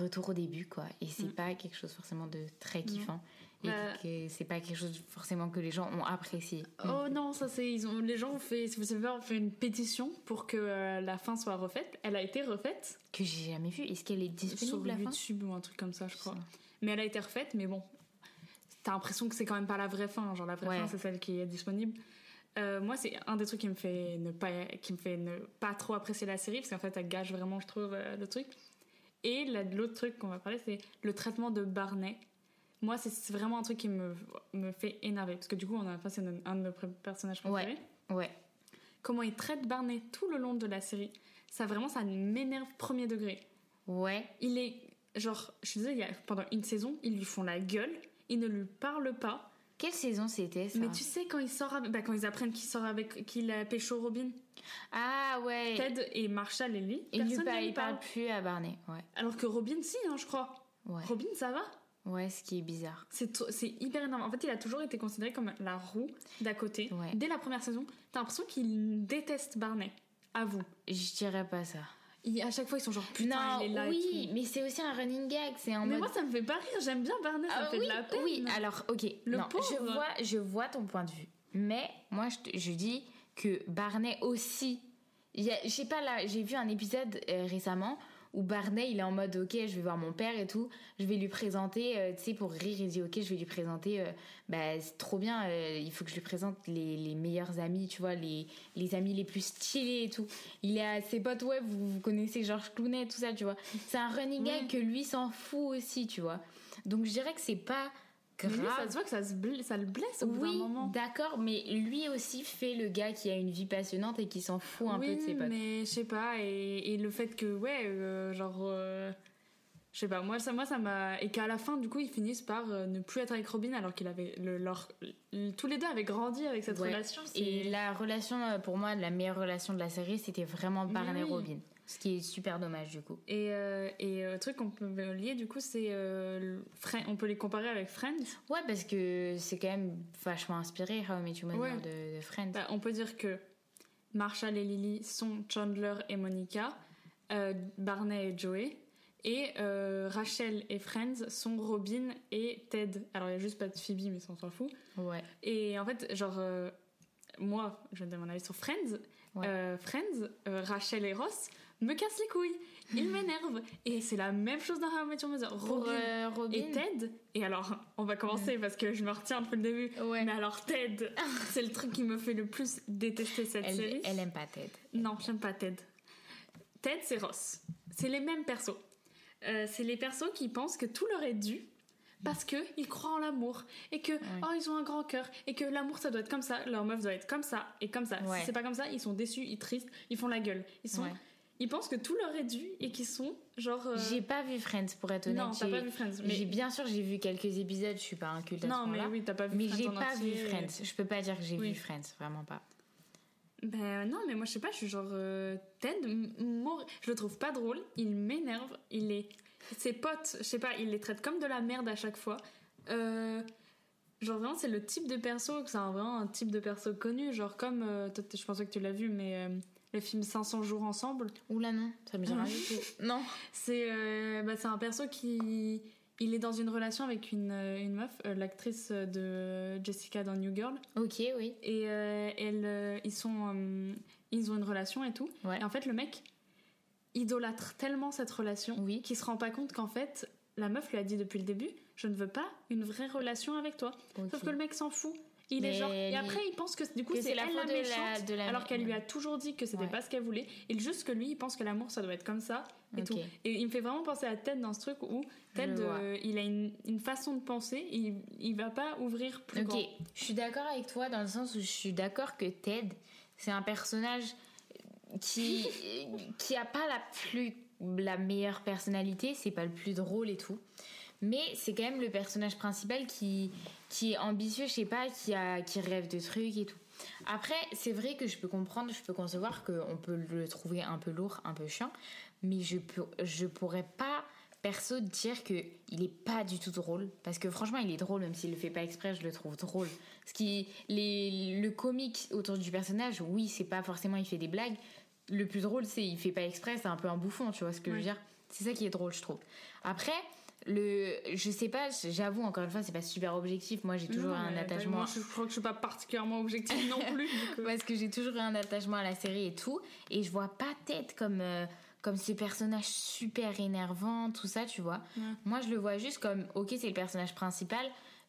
J: retour au début quoi. Et c'est
A: Mm.
J: pas quelque chose forcément de très kiffant et
A: Bah-
J: que c'est pas quelque chose forcément que les gens ont apprécié.
A: Oh non, ça c'est ils ont les gens ont fait si vous savez pas, ont fait une pétition pour que euh, la fin soit refaite. Elle a été refaite
J: que j'ai jamais vu. Est-ce qu'elle est
A: sur
J: disponible la fin
A: YouTube ou un truc comme ça, je
J: Je
A: crois.
J: sais.
A: Mais elle a été refaite, mais bon, t'as l'impression que c'est quand même pas la vraie fin. Genre la vraie
J: Ouais.
A: fin c'est celle qui est disponible. Euh, moi c'est un des trucs qui me fait ne pas qui me fait ne pas trop apprécier la série parce qu'en fait elle gâche vraiment je trouve euh, le truc. Et la- l'autre truc qu'on va parler c'est le traitement de Barney. Moi c'est- c'est vraiment un truc qui me me fait énerver parce que du coup on a face à un de nos pr- personnages
J: Ouais.
A: préférés
J: Ouais.
A: comment il traite Barney tout le long de la série, ça vraiment, ça m'énerve premier degré.
J: Ouais.
A: Il est, genre, je suis désolée, il y a- pendant une saison, ils lui font la gueule, ils ne lui parlent pas.
J: Quelle saison c'était ça
A: Mais tu sais, quand il sort, avec- bah, quand ils apprennent qu'il sort avec, qu'il a pécho Robin,
J: Ah ouais.
A: Ted et Marshall et lui,
J: Et lui,
A: personne
J: bah,
A: ne lui
J: il parle
A: parle.
J: plus à Barney. Ouais.
A: Alors que Robin, si, hein, je crois.
J: Ouais.
A: Robin, ça va.
J: Ouais, ce qui est bizarre.
A: C'est tr- c'est hyper énorme. En fait, il a toujours été considéré comme la roue d'à côté.
J: Ouais.
A: Dès la première saison, t'as l'impression qu'il déteste Barney. À vous.
J: Je dirais pas ça.
A: Il- à chaque fois, ils sont genre putain,
J: non,
A: il est là. et tout.
J: oui, mais c'est aussi un running gag. C'est en
A: Mais
J: mode.
A: moi, ça me fait pas rire. J'aime bien Barney, ça
J: Ah
A: me fait
J: oui,
A: de la peine.
J: Oui, alors ok.
A: Le
J: non, je
A: pauvre.
J: vois, je vois ton point de vue. Mais moi, je, te- je dis que Barney aussi. il y a- Je sais pas là, j'ai vu un épisode euh, récemment où Barney il est en mode ok, je vais voir mon père et tout. Je vais lui présenter, euh, tu sais, pour rire, il dit ok, je vais lui présenter. euh, bah c'est trop bien. euh, il faut que je lui présente les, les meilleurs amis, tu vois, les les amis les plus stylés et tout. Il est à ses potes, ouais, vous, vous connaissez Georges Clooney, tout ça, tu vois. C'est un running gag
A: Ouais.
J: que lui s'en fout aussi, tu vois. Donc je dirais que c'est pas
A: Mais lui, ça se
J: grave.
A: voit que ça, se bl- ça le blesse au bout d'un
J: Oui,
A: moment.
J: d'accord, mais lui aussi fait le gars qui a une vie passionnante et qui s'en fout un
A: oui,
J: peu de ses potes.
A: mais je sais pas. Et, et le fait que, ouais, euh, genre. euh, je sais pas, moi ça, moi, ça m'a. Et qu'à la fin, du coup, ils finissent par euh, ne plus être avec Robin alors qu'il avait. Le, leur- le- tous les deux avaient grandi avec cette
J: Ouais.
A: relation. c'est-
J: Et la relation, euh, pour moi, la meilleure relation de la série, c'était vraiment
A: Mais
J: Barney
A: oui.
J: Robin. Ce qui est super dommage du coup.
A: Et, euh, et, euh, truc qu'on peut lier, du coup, c'est. euh, le- Fri- on peut les comparer avec Friends.
J: Ouais, parce que c'est quand même vachement inspiré How I Met Your Mother
A: Ouais.
J: de, de Friends.
A: Bah, on peut dire que Marshall et Lily sont Chandler et Monica, euh, Barney et Joey, et euh, Rachel et Friends sont Robin et Ted. Alors il n'y a juste pas de Phoebe, mais ça, on s'en fout.
J: Ouais.
A: Et en fait, genre, euh, moi, je donne mon avis sur Friends.
J: Ouais.
A: Euh, Friends, euh, Rachel et Ross me cassent les couilles, ils m'énervent. Et c'est la même chose dans How I Met Your Mother.
J: Pour
A: Robin
J: euh, Robin.
A: et Ted. Et alors, on va commencer parce que je me retiens depuis le début.
J: Ouais.
A: Mais alors
J: (laughs)
A: Ted, c'est le truc qui me fait le plus détester cette série.
J: Elle, elle aime pas Ted.
A: Non, j'aime pas Ted. Ted, c'est Ross. C'est les mêmes persos. Euh, c'est les persos qui pensent que tout leur est dû parce que ils croient en l'amour et que oh ils ont un grand cœur et que l'amour ça doit être comme ça, leur meuf doit être comme ça et comme ça.
J: Ouais.
A: Si c'est pas comme ça, ils sont déçus, ils tristes, ils font la gueule. Ils sont
J: Ouais.
A: ils pensent que tout leur est dû et qu'ils sont genre euh,
J: J'ai pas vu Friends pour être honnête.
A: Non, t'as
J: J'ai-
A: pas vu Friends, mais-
J: j'ai- bien sûr j'ai vu quelques épisodes. Je suis pas un culte à
A: Non,
J: ce
A: mais
J: point-là.
A: oui, t'as pas vu
J: Mais
A: Friends
J: j'ai
A: en
J: pas vu
A: entier. euh.
J: Friends. Je peux pas dire que j'ai
A: Oui.
J: vu Friends, vraiment pas.
A: Ben non, mais moi je sais pas, je suis genre euh, Ted, m- mor- je le trouve pas drôle, il m'énerve, il est ses potes, je sais pas, il les traite comme de la merde à chaque fois. Euh, Genre vraiment, c'est le type de perso, que c'est un- vraiment un type de perso connu, genre comme, euh, toi, t- je pensais que tu l'as vu, mais euh, le film 500 jours ensemble,
J: Oula, non, ça me dit rien du tout. Non.
A: c'est euh, bah, c'est un perso qui... Il est dans une relation avec une, euh, une meuf, euh, l'actrice de Jessica dans New Girl,
J: Ok, oui.
A: et euh, elle, euh, ils, sont, euh, ils ont une relation et tout.
J: Ouais.
A: Et en fait, le mec idolâtre tellement cette relation
J: Oui.
A: qu'il se rend pas compte qu'en fait, la meuf lui a dit depuis le début, je ne veux pas une vraie relation avec toi.
J: Ok.
A: Sauf que le mec s'en fout. Il est
J: Mais
A: genre et
J: lui-
A: après il pense que du coup
J: que
A: c'est
J: c'est la
A: elle
J: faute
A: la
J: de la-
A: méchante
J: de la-
A: alors qu'elle lui a toujours dit que c'était
J: Ouais.
A: pas ce qu'elle voulait et juste que lui il pense que l'amour ça doit être comme ça et
J: Ok.
A: tout et il me fait vraiment penser à Ted dans ce truc où Ted
J: Je vois.
A: euh, il a une, une façon de penser il, il va pas ouvrir plus
J: Ok,
A: grand.
J: je suis d'accord avec toi dans le sens où je suis d'accord que Ted, c'est un personnage
A: (laughs)
J: qui qui a pas la plus la meilleure personnalité, c'est pas le plus drôle et tout. Mais c'est quand même le personnage principal qui qui est ambitieux, je sais pas, qui a qui rêve de trucs et tout. Après, c'est vrai que je peux comprendre, je peux concevoir qu'on peut le trouver un peu lourd, un peu chiant, mais je peux je pourrais pas perso dire que il est pas du tout drôle parce que franchement il est drôle même s'il le fait pas exprès je le trouve drôle ce qui les le comique autour du personnage oui c'est pas forcément il fait des blagues le plus drôle c'est il fait pas exprès c'est un peu un bouffon tu vois ce que je veux dire c'est ça qui est drôle je trouve après le je sais pas j'avoue encore une fois c'est pas super objectif moi j'ai toujours
A: Non,
J: un
A: mais
J: attachement
A: moi, je crois que je suis pas particulièrement objective
J: (laughs)
A: non plus euh, du coup.
J: parce que j'ai toujours eu un attachement à la série et tout, et je vois pas Ted comme euh, comme ce personnage super énervant, tout ça, tu vois. Moi, je le vois juste comme, ok, c'est le personnage principal.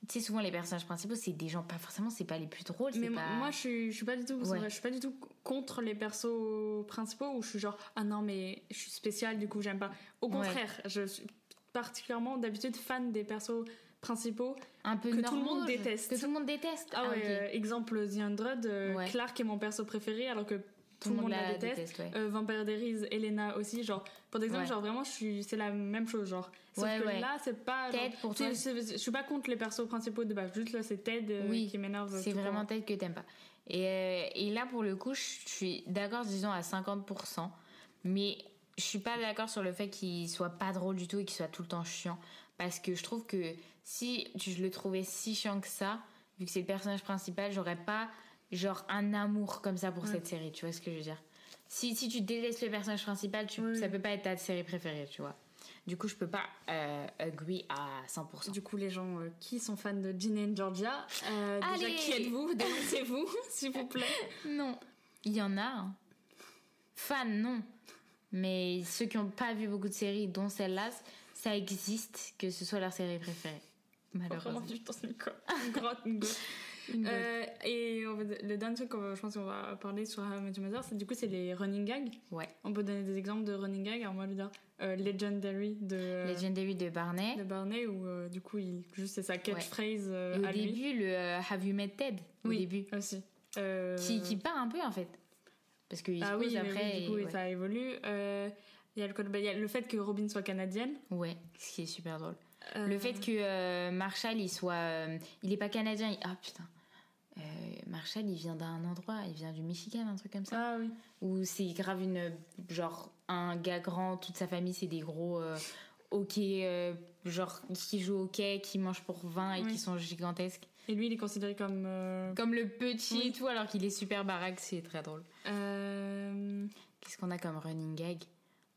J: Tu sais, souvent les personnages principaux, c'est des gens pas forcément, c'est pas les plus drôles.
A: mais
J: c'est
A: moi-
J: pas-
A: moi je suis, je suis pas du tout c'est
J: Ouais.
A: vrai, je suis pas du tout contre les persos principaux où je suis genre ah non mais je suis spéciale du coup j'aime pas au
J: Ouais.
A: contraire je suis particulièrement d'habitude fan des persos principaux
J: un peu
A: que tout le monde
J: normaux, je-
A: déteste.
J: Que tout le monde déteste.
A: ah, ouais
J: ok.
A: euh, exemple The Android euh,
J: Ouais.
A: Clark est mon perso préféré alors que tout, le monde la déteste,
J: ouais.
A: Euh, Vampire Diaries Elena aussi genre pour exemple
J: Ouais.
A: genre vraiment je suis c'est la même chose genre sauf
J: Ouais,
A: que
J: ouais.
A: là c'est pas genre,
J: Ted, pour
A: c'est-
J: toi-
A: c'est- je suis pas contre les persos principaux de base juste là c'est Ted euh,
J: Oui,
A: qui m'énerve
J: C'est
A: tout le temps.
J: vraiment Ted que t'aimes pas. Et, euh, et là, pour le coup, je suis d'accord, disons, à 50%. Mais je suis pas d'accord sur le fait qu'il soit pas drôle du tout et qu'il soit tout le temps chiant. Parce que je trouve que si tu- je le trouvais si chiant que ça, vu que c'est le personnage principal, j'aurais pas, genre, un amour comme ça pour
A: Ouais.
J: cette série. Tu vois ce que je veux dire si, si tu détestes le personnage principal, tu,
A: Oui.
J: ça peut pas être ta série préférée, tu vois. Du coup, je peux pas euh, agree à 100%.
A: Du coup, les gens euh, qui sont fans de Ginny and Georgia, euh, déjà
J: Allez
A: qui
J: (laughs)
A: êtes-vous Dénoncez-vous, (laughs) s'il vous plaît.
J: Non. Il y en a. hein. Fans, non. Mais ceux qui n'ont pas vu beaucoup de séries, dont celle-là, ça existe que ce soit leur série préférée.
A: Vraiment,
J: Malheureusement.
A: je suis dans une, co- une
J: (laughs)
A: grotte, une grotte. Euh, et on va- le dernier truc, qu'on va- je pense qu'on va parler sur How I Met Your Mother, c'est du coup, c'est les running gags.
J: Ouais.
A: On peut donner des exemples de running gags. Alors, moi, je vais dire euh, Legendary de, euh,
J: Legendary de Barney.
A: de Barney, où euh, du coup, il, juste c'est sa catchphrase euh,
J: Et au
A: à lui.
J: début, le euh, Have You Met Ted Au
A: Oui.
J: début.
A: Aussi. Euh,
J: Qui, qui part un peu en fait. Parce qu'il
A: ah
J: se pose
A: oui, mais
J: après.
A: oui, du coup,
J: et-
A: et
J: ouais.
A: ça évolue. Euh, Il y a le code- bah, il y a le fait que Robin soit canadienne.
J: Ouais, ce qui est super drôle.
A: Euh,
J: Le fait que euh, Marshall, il soit. euh, il est pas canadien. il- Ah putain. Euh, Marshall, il vient d'un endroit. Il vient du Michigan, un truc comme ça.
A: Ah oui.
J: Ou c'est grave une genre un gars grand, toute sa famille c'est des gros euh, hockey euh, genre qui jouent au hockey, qui mangent pour 20 et
A: Oui.
J: qui sont gigantesques.
A: Et lui, il est considéré comme. euh,
J: Comme le petit
A: Oui.
J: et tout alors qu'il est super baraque, c'est très drôle.
A: euh,
J: Qu'est-ce qu'on a comme running gag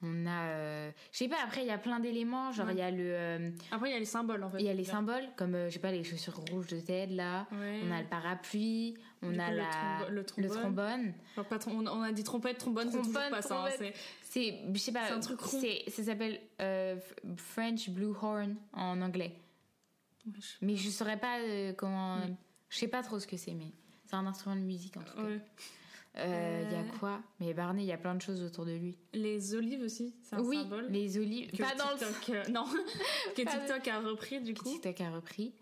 J: On a euh, je sais pas après il y a plein d'éléments, genre il
A: Ouais.
J: y a le euh,
A: Après, il y a les symboles en fait.
J: il y a les symboles comme euh, je sais pas les chaussures rouges de Ted là.
A: Ouais.
J: On a le parapluie, on
A: Du
J: a
A: coup, le
J: la,
A: trombo- le trombone.
J: trombone.
A: Enfin, pas trom- on, on a dit trompette, trombone, c'est toujours
J: Trombone,
A: pas ça. hein,
J: trombette.
A: c'est-
J: C'est, je sais pas,
A: C'est un truc rond.
J: c'est- ça s'appelle euh, f- French Blue Horn en anglais.
A: Ouais, je-
J: Mais je saurais pas euh, comment.
A: Mm.
J: Je sais pas trop ce que c'est, mais c'est un instrument de musique en tout cas. Euh,
A: ouais. Euh.
J: Il y a quoi Mais Barney, il y a plein de choses autour de lui.
A: Les olives aussi, c'est un
J: oui,
A: symbole.
J: les olives.
A: que
J: Pas dans (laughs) le
A: TikTok, euh, non, (laughs) que
J: Pas
A: TikTok a repris du
J: que
A: coup.
J: TikTok a repris.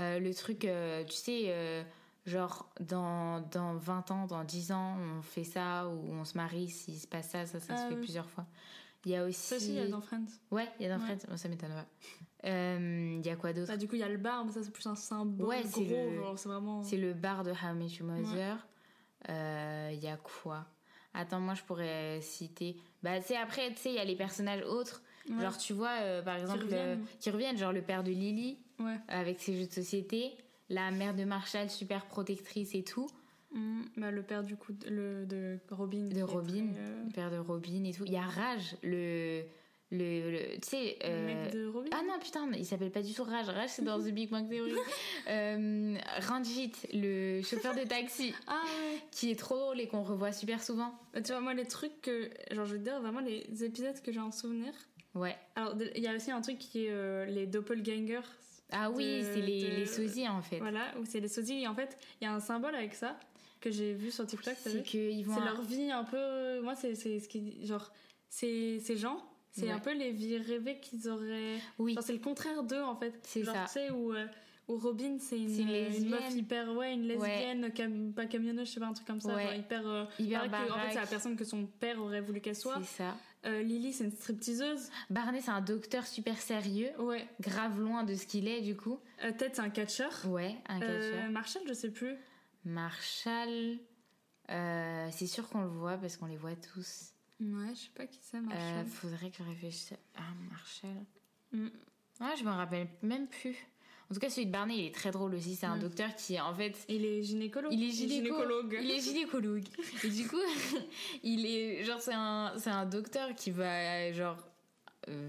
J: Euh, le truc, euh, tu sais, euh, genre dans, dans 20 ans, dans 10 ans, on fait ça ou on se marie, s'il se passe ça, ça, ça se
A: Ah
J: fait
A: oui.
J: plusieurs fois. Il y a aussi.
A: Ça aussi, il y a dans Friends.
J: Ouais, il y a dans
A: Ouais.
J: Friends, Bon, ça m'étonne pas. Euh, Il y a quoi d'autre
A: Bah, du coup, il y a le bar, mais ça, c'est plus un symbole.
J: Ouais,
A: gros,
J: c'est le-
A: genre, c'est vraiment.
J: C'est le bar de How I Met Your Mother.
A: Ouais.
J: Euh, Il y a quoi Attends, moi je pourrais citer. Bah, tu sais, après, tu sais, il y a les personnages autres.
A: Ouais.
J: Genre, tu vois, euh, par exemple, euh,
A: reviennent.
J: qui reviennent, genre le père de Lily
A: Ouais.
J: avec ses jeux de société. la mère de Marshall super protectrice et tout.
A: Hmm, bah, le père du coup de, le- de Robin. qui
J: De
A: est
J: Robin,
A: très, euh,
J: le père de Robin et tout. Il y a Rage, le. le, le- tu sais.
A: le
J: euh,
A: mec de Robin.
J: Ah non, putain, mais il s'appelle pas du tout Raj. Raj, c'est dans The Big Bang
A: (laughs)
J: Theory. euh, Ranjit, le chauffeur de taxi,
A: Ah ouais.
J: qui est trop drôle et qu'on revoit super souvent.
A: Bah, tu vois, moi, les trucs que. Genre, je veux dire, vraiment, les épisodes que j'ai en souvenir.
J: Ouais.
A: Alors, de- il y a aussi un truc qui est euh, les doppelgangers.
J: Ah oui,
A: De-
J: c'est les,
A: de-
J: les sosies en fait.
A: Voilà, où c'est les sosies. Et en fait, il y a un symbole avec ça que j'ai vu sur TikTok. t'as vu
J: C'est qu'ils vont.
A: C'est
J: à-
A: leur vie un peu. Moi, c'est c'est ce qui. Genre, c'est- ces gens, c'est
J: Ouais.
A: un peu les vies rêvées qu'ils auraient.
J: Oui.
A: Genre, c'est le contraire d'eux, en fait.
J: C'est
A: Genre,
J: ça.
A: tu sais, où, euh, où Robin, c'est une, euh,
J: C'est une
A: une
J: lesbienne.
A: meuf hyper. Ouais, une
J: Ouais.
A: lesbienne, cam- pas camionneuse, je sais pas, un truc comme ça.
J: Ouais.
A: genre hyper. euh,
J: Hyper
A: pareil que- en fait,
J: baraque.
A: c'est la personne que son père aurait voulu qu'elle soit.
J: C'est ça.
A: Euh, Lily, c'est une stripteaseuse.
J: Barney, c'est un docteur super sérieux,
A: Ouais.
J: grave loin de ce qu'il est du coup.
A: Euh, Ted, c'est un catcheur.
J: Ouais, un catcheur.
A: Euh, Marshall, je sais plus.
J: Marshall. euh, c'est sûr qu'on le voit parce qu'on les voit tous.
A: Ouais, je sais pas qui c'est,
J: Euh, faudrait que je réfléchisse. Ah, Marshall.
A: Mm.
J: Ah, je me rappelle même plus. En tout cas, celui de Barney, il est très drôle aussi. C'est un
A: Ouais.
J: docteur qui, en fait,
A: Il est gynécologue.
J: Il est gynéco-
A: gynécologue.
J: Il est gynécologue. Et du coup, (laughs) il est genre c'est un c'est un docteur qui va genre euh,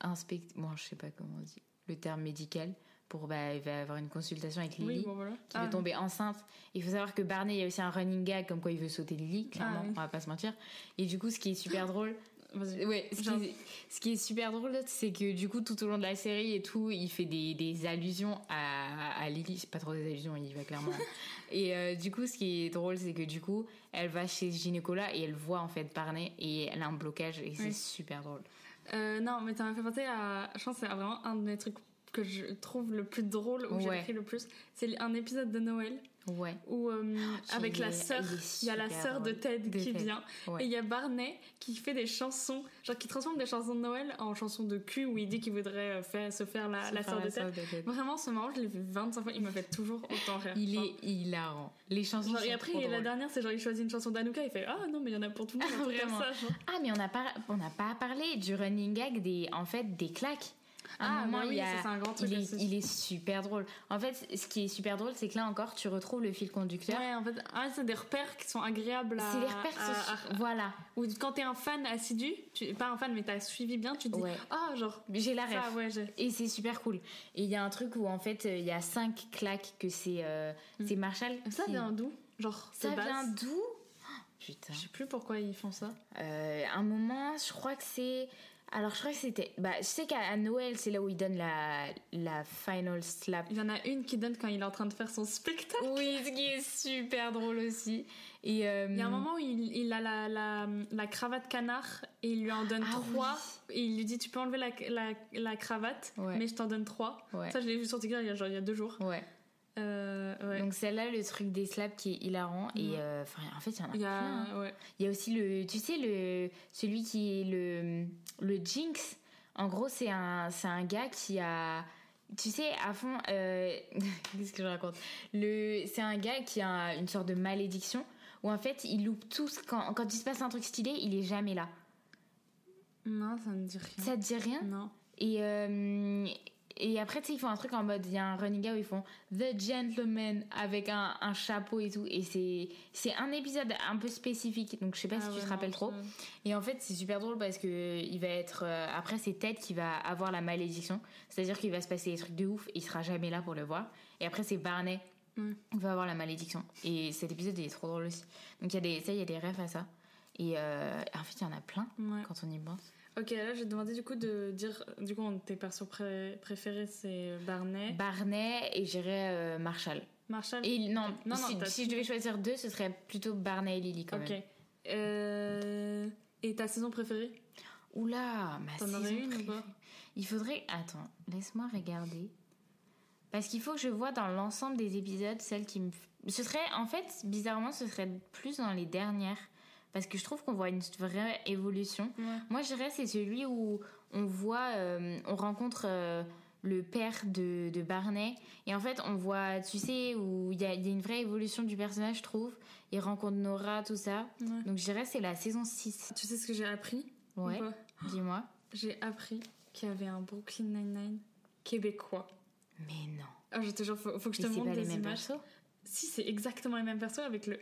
J: inspecter. Bon, je sais pas comment on dit le terme médical pour bah il va avoir une consultation avec Lily.
A: Oui, bon, voilà.
J: Qui veut tomber enceinte. Il faut savoir que Barney, il y a aussi un running gag comme quoi il veut sauter de lit, clairement,
A: Ah oui.
J: on va pas se mentir. Et du coup, ce qui
A: (gasps)
J: est super drôle,
A: Vas-y.
J: Ouais, ce,
A: Genre-
J: qui, ce qui est super drôle, c'est que du coup, tout au long de la série et tout, il fait des, des allusions à, à Lily. C'est pas trop des allusions, il y
A: (laughs)
J: va clairement. et euh, du coup, ce qui est drôle, c'est que du coup, elle va chez ce gynécologue et elle voit en fait Barney et elle a un blocage et c'est
A: Oui.
J: super drôle.
A: Euh, non, mais ça m'a fait penser à. Je pense que c'est vraiment un de mes trucs que je trouve le plus drôle ou que j'ai
J: Ouais.
A: écrit le plus. C'est un épisode de Noël
J: Ouais.
A: où, euh,
J: il
A: avec la
J: Oh, est-
A: sœur,
J: il
A: il,
J: est
A: y a la
J: super
A: sœur de
J: drôle.
A: Ted
J: De
A: qui
J: Ted.
A: vient
J: Ouais.
A: et il y a Barney qui fait des chansons, genre qui transforme des chansons de Noël en chansons de cul où il dit qu'il voudrait euh, faire, se faire la,
J: C'est
A: la
J: par
A: sœur de
J: sœur
A: Ted. Vraiment, ce moment, je l'ai vu 25 fois, il me fait toujours autant rire.
J: Il
A: Genre-
J: est hilarant. Les chansons
A: Genre,
J: sont
A: et après,
J: trop
A: la
J: drôles.
A: dernière, c'est genre, il choisit une chanson d'Anouka, il fait Ah non, mais il y en a pour tout le
J: (laughs)
A: monde, un truc comme
J: Vraiment.
A: ça. genre.
J: Ah, mais on n'a pas, on n'a pas parlé du running gag des, en fait, des claques. À
A: Ah,
J: un moment,
A: bah oui,
J: il y a-
A: ça, c'est un grand truc
J: il est,
A: aussi.
J: il est super drôle. En fait, ce qui est super drôle, c'est que là encore, tu retrouves le fil conducteur.
A: Ouais, Ah, en fait, ah, c'est des repères qui sont agréables à.
J: C'est les repères
A: à-
J: sociaux.
A: à-
J: Voilà.
A: Ou quand t'es un fan assidu, tu, pas un fan, mais t'as suivi bien, tu te dis
J: Ouais.
A: Ah, genre.
J: J'ai la
A: ça,
J: ref.
A: ouais, j'ai-
J: Et c'est super cool. Et il y a un truc où, en fait, euh, il y a cinq claques que c'est euh, c'est Marshall.
A: Hmm. Ça
J: qui-
A: vient d'où Genre,
J: Ça
A: de base.
J: vient d'où Oh, Putain.
A: Je sais plus pourquoi ils font ça.
J: Euh, un moment, je crois que c'est. Alors, je crois que c'était. Bah, je sais qu'à à Noël, c'est là où il donne la, la final slap.
A: Il y en a une qui donne quand il est en train de faire son spectacle.
J: Oui, ce qui est super drôle aussi. Et euh,
A: Il y a un moment où il, il a la, la, la cravate canard et il lui en donne
J: Ah
A: trois. Et il lui dit Tu peux enlever la, la, la cravate,
J: Ouais.
A: mais je t'en donne trois.
J: Ouais.
A: Ça, je l'ai vu sur TikTok il y a, genre, il y a deux jours.
J: Ouais.
A: Euh, ouais.
J: Donc celle-là, le truc des slaps qui est hilarant
A: Ouais.
J: et euh, enfin en fait il y en a,
A: il y
J: plein. hein.
A: a, ouais.
J: Il y a aussi le, tu sais le celui qui est le le jinx. En gros c'est un c'est un gars qui a tu sais, à fond, euh, (laughs) qu'est-ce que je raconte Le, c'est un gars qui a une sorte de malédiction où en fait il loupe tout. ce- Quand, quand il se passe un truc stylé, il est jamais là.
A: Non, ça ne dit rien.
J: Ça te dit rien
A: Non.
J: Et, euh, et après, tu sais, ils font un truc en mode, il y a un running gag où ils font The Gentleman avec un, un chapeau et tout. Et c'est, c'est un épisode un peu spécifique, donc je sais pas
A: Ah
J: si tu te rappelles trop. Et en fait, c'est super drôle parce que il va être. euh, après, c'est Ted qui va avoir la malédiction. C'est-à-dire qu'il va se passer des trucs de ouf, il sera jamais là pour le voir. Et après, c'est Barney
A: Mm.
J: qui va avoir la malédiction. Et cet épisode, il est trop drôle aussi. Donc, il y a des, ça, il y a des refs à ça. Et euh, en fait, il y en a plein
A: Ouais.
J: quand on y pense.
A: Ok, là, je vais te demander du coup de dire. Du coup, on- tes persos pré- préférés, c'est Barney,
J: Barney et j'irais euh, Marshall.
A: Marshall.
J: Et il- non,
A: Non, non,
J: si,
A: t'as-
J: si je devais choisir deux, ce serait plutôt Barney et Lily quand
A: ok.
J: même.
A: Euh, Et ta saison préférée
J: Oula, ma
A: T'en
J: saison
A: aurais une ou
J: préférée.
A: pas
J: Il faudrait... Attends, laisse-moi regarder. Parce qu'il faut que je vois dans l'ensemble des épisodes celle qui me... Ce serait, en fait, bizarrement, ce serait plus dans les dernières. Parce que je trouve qu'on voit une vraie évolution. Moi, je dirais c'est celui où on voit, euh, on rencontre euh, le père de, de Barney. Et en fait, on voit, tu sais, où il y a, il y a une vraie évolution du personnage, je trouve. Il rencontre Nora, tout ça.
A: Ouais.
J: Donc, je dirais c'est la saison 6.
A: Tu sais ce que j'ai appris ou
J: Ouais,
A: pas
J: dis-moi.
A: J'ai appris qu'il y avait un Brooklyn Nine-Nine québécois.
J: Mais non.
A: Ah, je te jure, faut, faut que je
J: Mais
A: te
J: c'est
A: montre
J: pas les
A: des
J: mêmes
A: images.
J: persos
A: Si, c'est exactement les mêmes persos avec le.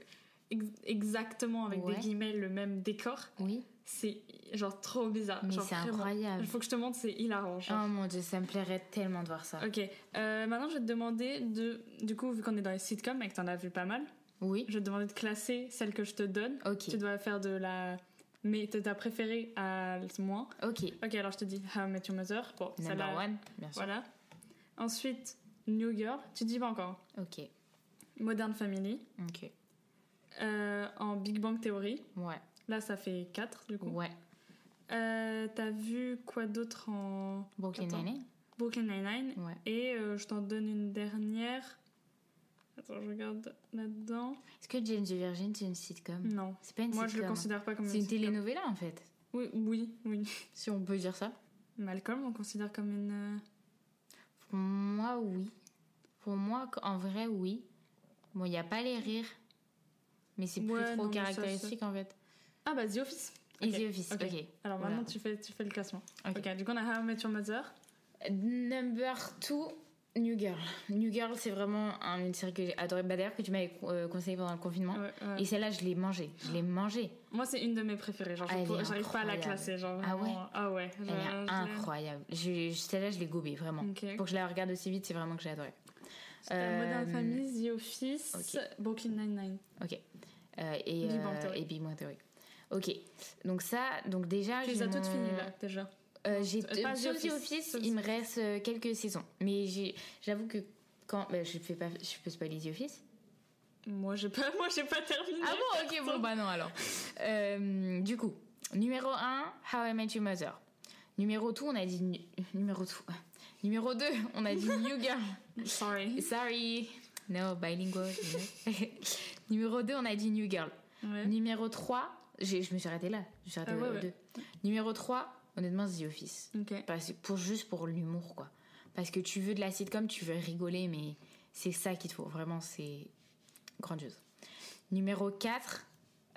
A: ex- Exactement, avec
J: Ouais.
A: des guillemets, le même décor.
J: Oui.
A: C'est genre trop bizarre.
J: Mais
A: Ah, genre
J: c'est
A: vraiment.
J: incroyable.
A: Il faut que je te montre, c'est hilarant. genre.
J: Oh mon dieu, ça me plairait tellement de voir ça.
A: Ok, euh, maintenant je vais te demander de. Du coup, vu qu'on est dans les sitcoms et que t'en as vu pas mal,
J: Oui.
A: je vais te demander de classer celles que je te donne.
J: Ok.
A: Tu dois faire de la. Mais de ta préférée à moins.
J: Ok.
A: Ok, alors je te dis How I Met Your Mother. Bon,
J: Number
A: celle-là,
J: one, bien sûr.
A: Voilà. Ensuite, New Girl. Tu dis pas encore.
J: Ok.
A: Modern Family.
J: Ok.
A: Euh, en Big Bang Theory.
J: Ouais.
A: Là, ça fait 4 du coup.
J: Ouais.
A: Euh, T'as vu quoi d'autre en
J: Brooklyn
A: Attends.
J: Nine-Nine
A: Brooklyn Nine-Nine
J: Ouais.
A: Et euh, je t'en donne une dernière. Attends, je regarde là-dedans.
J: Est-ce que Jane the Virgin, c'est une sitcom
A: Non.
J: C'est pas une
A: Mm. Moi, je
J: sitcom. hein.
A: le considère pas comme
J: C'est une
A: sitcom.
J: telenovela en fait,
A: Oui, oui, oui.
J: si on peut dire ça.
A: Malcolm, on considère comme une. euh,
J: Pour moi, oui. Pour moi, en vrai, oui. Bon, il n'y a pas les rires, mais c'est plus
A: Ouais,
J: trop
A: non, mais ça,
J: caractéristique en fait.
A: Ah bah The Office.
J: Et
A: Ok,
J: The Office,
A: ok.
J: ok.
A: Alors
J: Oula.
A: maintenant, tu fais, tu fais le classement.
J: Ok.
A: Ok, du coup, on a How I Met Your Mother.
J: Number 2, New Girl. New Girl, c'est vraiment un- une série que j'ai adorée. Bah, D'ailleurs, que tu m'avais euh, conseillé pendant le confinement.
A: Ouais, ouais.
J: Et celle-là, je l'ai mangée. Je l'ai mangée.
A: Moi, c'est une de mes préférées. Genre, je
J: Elle
A: pour-
J: est
A: j'arrive pas à la
J: incroyable.
A: classer. Genre,
J: Ah
A: vraiment.
J: ouais
A: Ah ouais.
J: Elle
A: genre, je
J: est
A: l'aime.
J: incroyable. Je- je- Celle-là, je l'ai gobée, vraiment.
A: Ok.
J: Pour que je la regarde aussi vite, c'est vraiment que j'ai adoré.
A: C'était Modern
J: Euh,
A: Family, The Office,
J: ok.
A: Brooklyn Nine-Nine.
J: Ok. Euh, et,
A: Big Bang
J: euh,
A: Theory.
J: et Big Bang Theory. Ok. Donc ça, donc déjà...
A: Tu
J: Ah, j'ai
A: les as toutes
J: mon-
A: finies là, déjà.
J: Euh, j'ai
A: Euh, pas The
J: sauf The
A: Office.
J: Office,
A: Sauf
J: il
A: The
J: me reste euh, quelques saisons. Mais j'ai- j'avoue que quand... bah, je, fais pas, je peux spoiler The Office
A: Moi, j'ai pas, (laughs) moi, j'ai pas terminé.
J: Ah bon, ok, bon, bah non alors. Euh, du coup, numéro 1, How I Met Your Mother. Numéro 2, on a dit... nu- Numéro 2... (laughs) Numéro 2, on a dit
A: (laughs)
J: New Girl.
A: Sorry.
J: Sorry. No, bilingual. you know. (laughs) numéro 2, on a dit New Girl.
A: Ouais.
J: Numéro 3, j'ai- je me suis arrêtée là. Je me suis arrêtée
A: Ah ouais,
J: au
A: ouais.
J: deux. Numéro 3, honnêtement, The Office.
A: Ok.
J: Parce, pour, juste pour l'humour, quoi. Parce que tu veux de la sitcom, tu veux rigoler, mais c'est ça qu'il te faut. Vraiment, c'est grandiose. Numéro 4,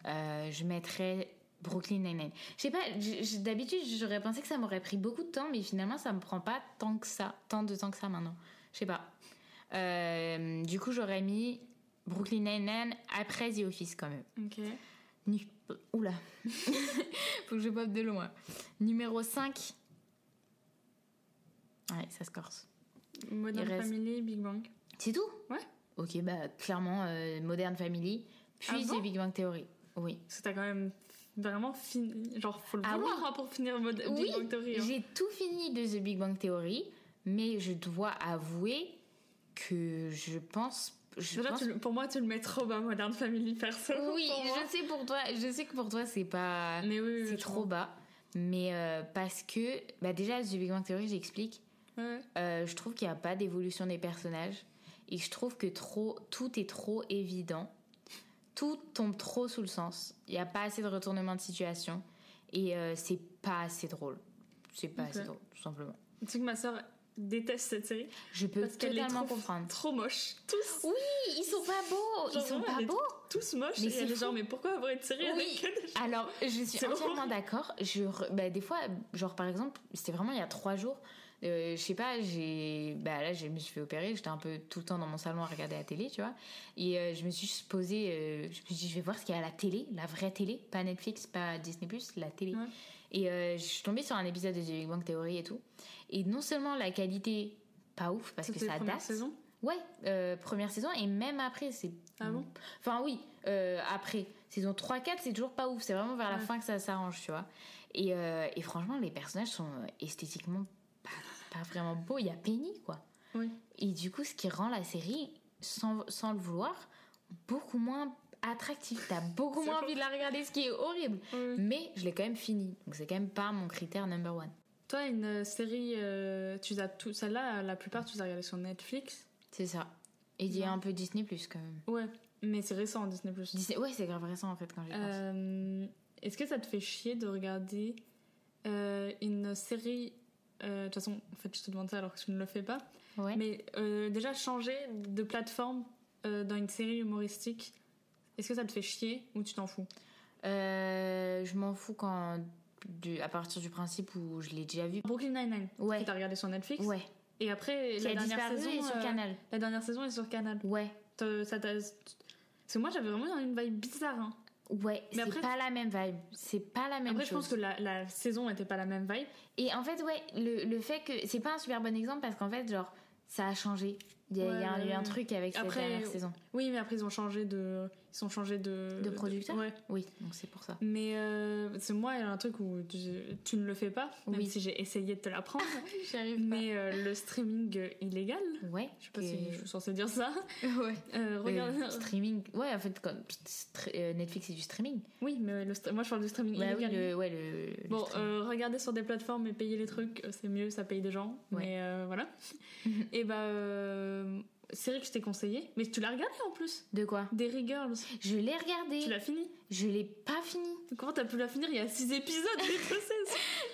J: je mettrais Brooklyn Nine-Nine. Je sais pas, j- j- d'habitude, j'aurais pensé que ça m'aurait pris beaucoup de temps, mais finalement, ça me prend pas tant que ça, tant de temps que ça maintenant. Je sais pas. Euh, du coup, j'aurais mis Brooklyn Nine-Nine après The Office, quand même.
A: Ok.
J: Nu- Oula. (laughs) Faut que je pop de loin. Numéro 5. Ouais, ça se corse.
A: Modern
J: Il reste-
A: Family, Big Bang.
J: C'est tout
A: Ouais.
J: Ok, bah clairement, euh, Modern Family, puis
A: Ah bon
J: The Big Bang Theory. Oui.
A: Parce que t'as quand même vraiment fini. Genre, faut le
J: Ah
A: vouloir
J: oui.
A: hein, pour finir Mod-
J: oui,
A: Big Bang Theory. hein.
J: j'ai tout fini de The Big Bang Theory, mais je dois avouer que je pense... Je
A: Déjà,
J: pense-
A: tu le- pour moi, tu le mets trop bas, Modern Family, perso.
J: (laughs) Oui,
A: pour moi.
J: je sais pour toi, je sais que pour toi c'est pas...
A: Mais oui, oui,
J: c'est
A: oui, je
J: trop bas. Mais euh, parce que... Bah déjà, The Big Bang Theory, j'explique.
A: comprends. Ouais.
J: Euh, je trouve qu'il n'y a pas d'évolution des personnages et je trouve que trop, tout est trop évident. Tout tombe trop sous le sens. Il n'y a pas assez de retournement de situation et euh, c'est pas assez drôle. C'est pas
A: Ok.
J: assez drôle, tout simplement.
A: Tu sais que ma soeur déteste cette série
J: Je peux
A: parce qu'elle est
J: totalement
A: trop,
J: comprendre.
A: trop moche. Tous,
J: Oui, ils sont pas beaux, ils
A: Genre,
J: sont
A: vraiment,
J: pas
A: elle est
J: beaux.
A: tous moches.
J: Mais
A: et
J: c'est
A: elle est
J: fou.
A: genre, mais pourquoi avoir une série
J: Oui.
A: avec elle (laughs)
J: Alors, je suis
A: C'est
J: entièrement
A: horrible.
J: d'accord. Je, re- bah, des fois, genre par exemple, c'était vraiment il y a trois jours. euh, je sais pas, j'ai, bah là, je me suis fait opérer. J'étais un peu tout le temps dans mon salon à regarder la télé, tu vois. Et euh, je me suis juste posée. euh, je me suis dit, je vais voir ce qu'il y a à la télé, la vraie télé, pas Netflix, pas Disney la télé.
A: Ouais.
J: Et euh, je suis tombée sur un épisode de The Big Bang Theory et tout. Et non seulement la qualité pas ouf parce que
A: C'était les
J: ça
A: premières
J: date.
A: saisons
J: Ouais, euh, première saison et même après, c'est.
A: Ah bon
J: Enfin, oui, euh, après. Saison 3-4, c'est toujours pas ouf. C'est vraiment vers la
A: Ouais.
J: fin que ça s'arrange, tu vois. Et, euh, et franchement, les personnages sont euh, esthétiquement pas, pas vraiment beaux. Il y a Penny, quoi.
A: Oui.
J: Et du coup, ce qui rend la série, sans, sans le vouloir, beaucoup moins attractive. T'as beaucoup
A: (laughs) C'est Mm.
J: moins
A: vrai.
J: envie de la regarder, ce qui est horrible.
A: Oui.
J: Mais je l'ai quand même fini. Donc, c'est quand même pas mon critère number one.
A: Toi, une euh, série, euh, tu as tout, celle-là, la plupart, tu les as regardées sur Netflix.
J: C'est ça. Et il y a
A: Non.
J: un peu Disney, quand même.
A: Ouais, mais c'est récent Disney+.
J: Disney... Ouais, c'est grave récent en fait quand j'y pense.
A: Euh, Est-ce que ça te fait chier de regarder euh, une série euh, De toute façon, en fait, je te demande ça alors que tu ne le fais pas.
J: Ouais.
A: Mais euh, déjà changer de plateforme euh, dans une série humoristique, est-ce que ça te fait chier ou tu t'en fous
J: Euh, je m'en fous quand du- à partir du principe où je l'ai déjà vu.
A: Brooklyn Nine Nine,
J: Ouais.
A: que t'as regardé sur Netflix.
J: Ouais.
A: Et après,
J: Qui
A: la
J: a
A: dernière,
J: disparu
A: saison,
J: et sur
A: euh,
J: Canal.
A: la dernière saison est sur Canal.
J: Ouais,
A: T'as- ça t'a- Parce que moi, j'avais vraiment une vibe bizarre. hein.
J: ouais,
A: Mais
J: c'est
A: après-
J: pas la même vibe. C'est pas la même
A: Après, je
J: chose.
A: pense que la, la saison était pas la même vibe.
J: Et en fait, ouais, le, le fait que. C'est pas un super bon exemple parce qu'en fait, genre, ça a changé. Il y a, il y a
A: Ouais,
J: un-
A: ouais,
J: eu un
A: ouais.
J: truc avec
A: Après, euh,
J: cette dernière saison.
A: Oui, mais après, ils ont changé de. Ils sont changés de.
J: De producteur
A: Ouais.
J: Oui, donc c'est
A: (laughs)
J: pour ça.
A: Mais euh, c'est moi, il y a un truc où tu, tu ne le fais pas, même
J: Oui.
A: si j'ai essayé de te l'apprendre. (laughs)
J: J'arrive
A: mais euh, le streaming euh, illégal,
J: Ouais,
A: je sais pas
J: que-
A: si je suis censée dire ça.
J: (laughs) ouais.
A: (laughs) Euh, regarde.
J: Euh, streaming. Ouais, en fait, quand... stre- euh, Netflix, c'est du streaming.
A: Oui, mais le stre- moi je parle du streaming
J: Bah oui,
A: illégal.
J: le, ouais, le, le
A: Bon,
J: stream.
A: euh, regardez sur des plateformes et payez les trucs, euh, c'est mieux, ça paye des gens.
J: Ouais.
A: Mais euh,
J: (laughs)
A: voilà. et bah, euh, série que je t'ai conseillée, mais tu l'as regardée en plus.
J: De quoi
A: Derry Girls,
J: Je l'ai
A: tu l'as
J: regardé.
A: fini.
J: Je l'ai pas fini.
A: Comment t'as pu la finir Il y a 6 épisodes,
J: (laughs)
A: mais tu sais,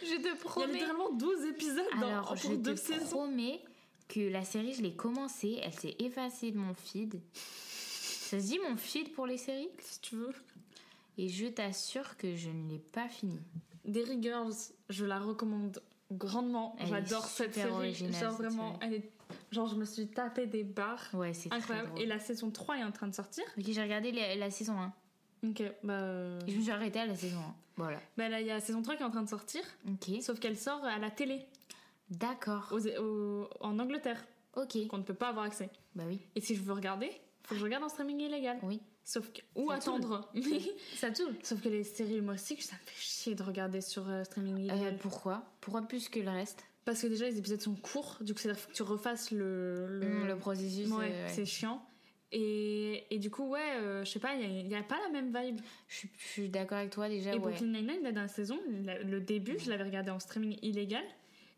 J: Je te
A: Il y a
J: promets.
A: littéralement 12 épisodes dans,
J: Alors,
A: en-
J: je
A: pour deux
J: te
A: saisons.
J: promets que la série, je l'ai commencée, elle s'est effacée de mon feed. Ça se dit mon feed pour les séries
A: Si tu veux.
J: Et je t'assure que je ne l'ai pas fini.
A: Derry Girls, je la recommande grandement.
J: Elle est
A: J'adore cette
J: super
A: série.
J: originale,
A: genre
J: cette
A: vraiment,
J: série.
A: elle est... genre je me suis tapé des barres.
J: Ouais, c'est très
A: Incroyable.
J: drôle.
A: Et la saison 3 est en train de sortir.
J: Ok, j'ai regardé la, la saison 1.
A: Ok, bah. euh,
J: Et je me suis arrêtée à la saison 1. Voilà.
A: Bah là, il y a la saison 3 qui est en train de sortir,
J: Ok.
A: sauf qu'elle sort à la télé,
J: D'accord.
A: aux- aux- en Angleterre,
J: Ok.
A: qu'on ne peut pas avoir accès.
J: Bah oui.
A: Et si je veux regarder, faut que je regarde en streaming illégal.
J: Oui.
A: Sauf que, ou
J: Ça
A: attendre. (laughs)
J: Ça tout.
A: sauf que les séries, moi aussi, ça me fait chier de regarder sur euh, streaming
J: Euh,
A: illégal.
J: pourquoi Pourquoi plus que le reste
A: Parce que déjà, les épisodes sont courts, du coup, c'est-à-dire faut que tu refasses le. le-
J: Hum, Le processus.
A: Ouais,
J: euh, ouais.
A: c'est chiant. Et, et du coup, ouais, euh, je sais pas, il n'y a, pas la même vibe.
J: Je suis- je suis d'accord avec toi déjà.
A: et
J: ouais.
A: Brooklyn Nine-Nine, la dernière saison, la- le début, je l'avais regardé en streaming illégal.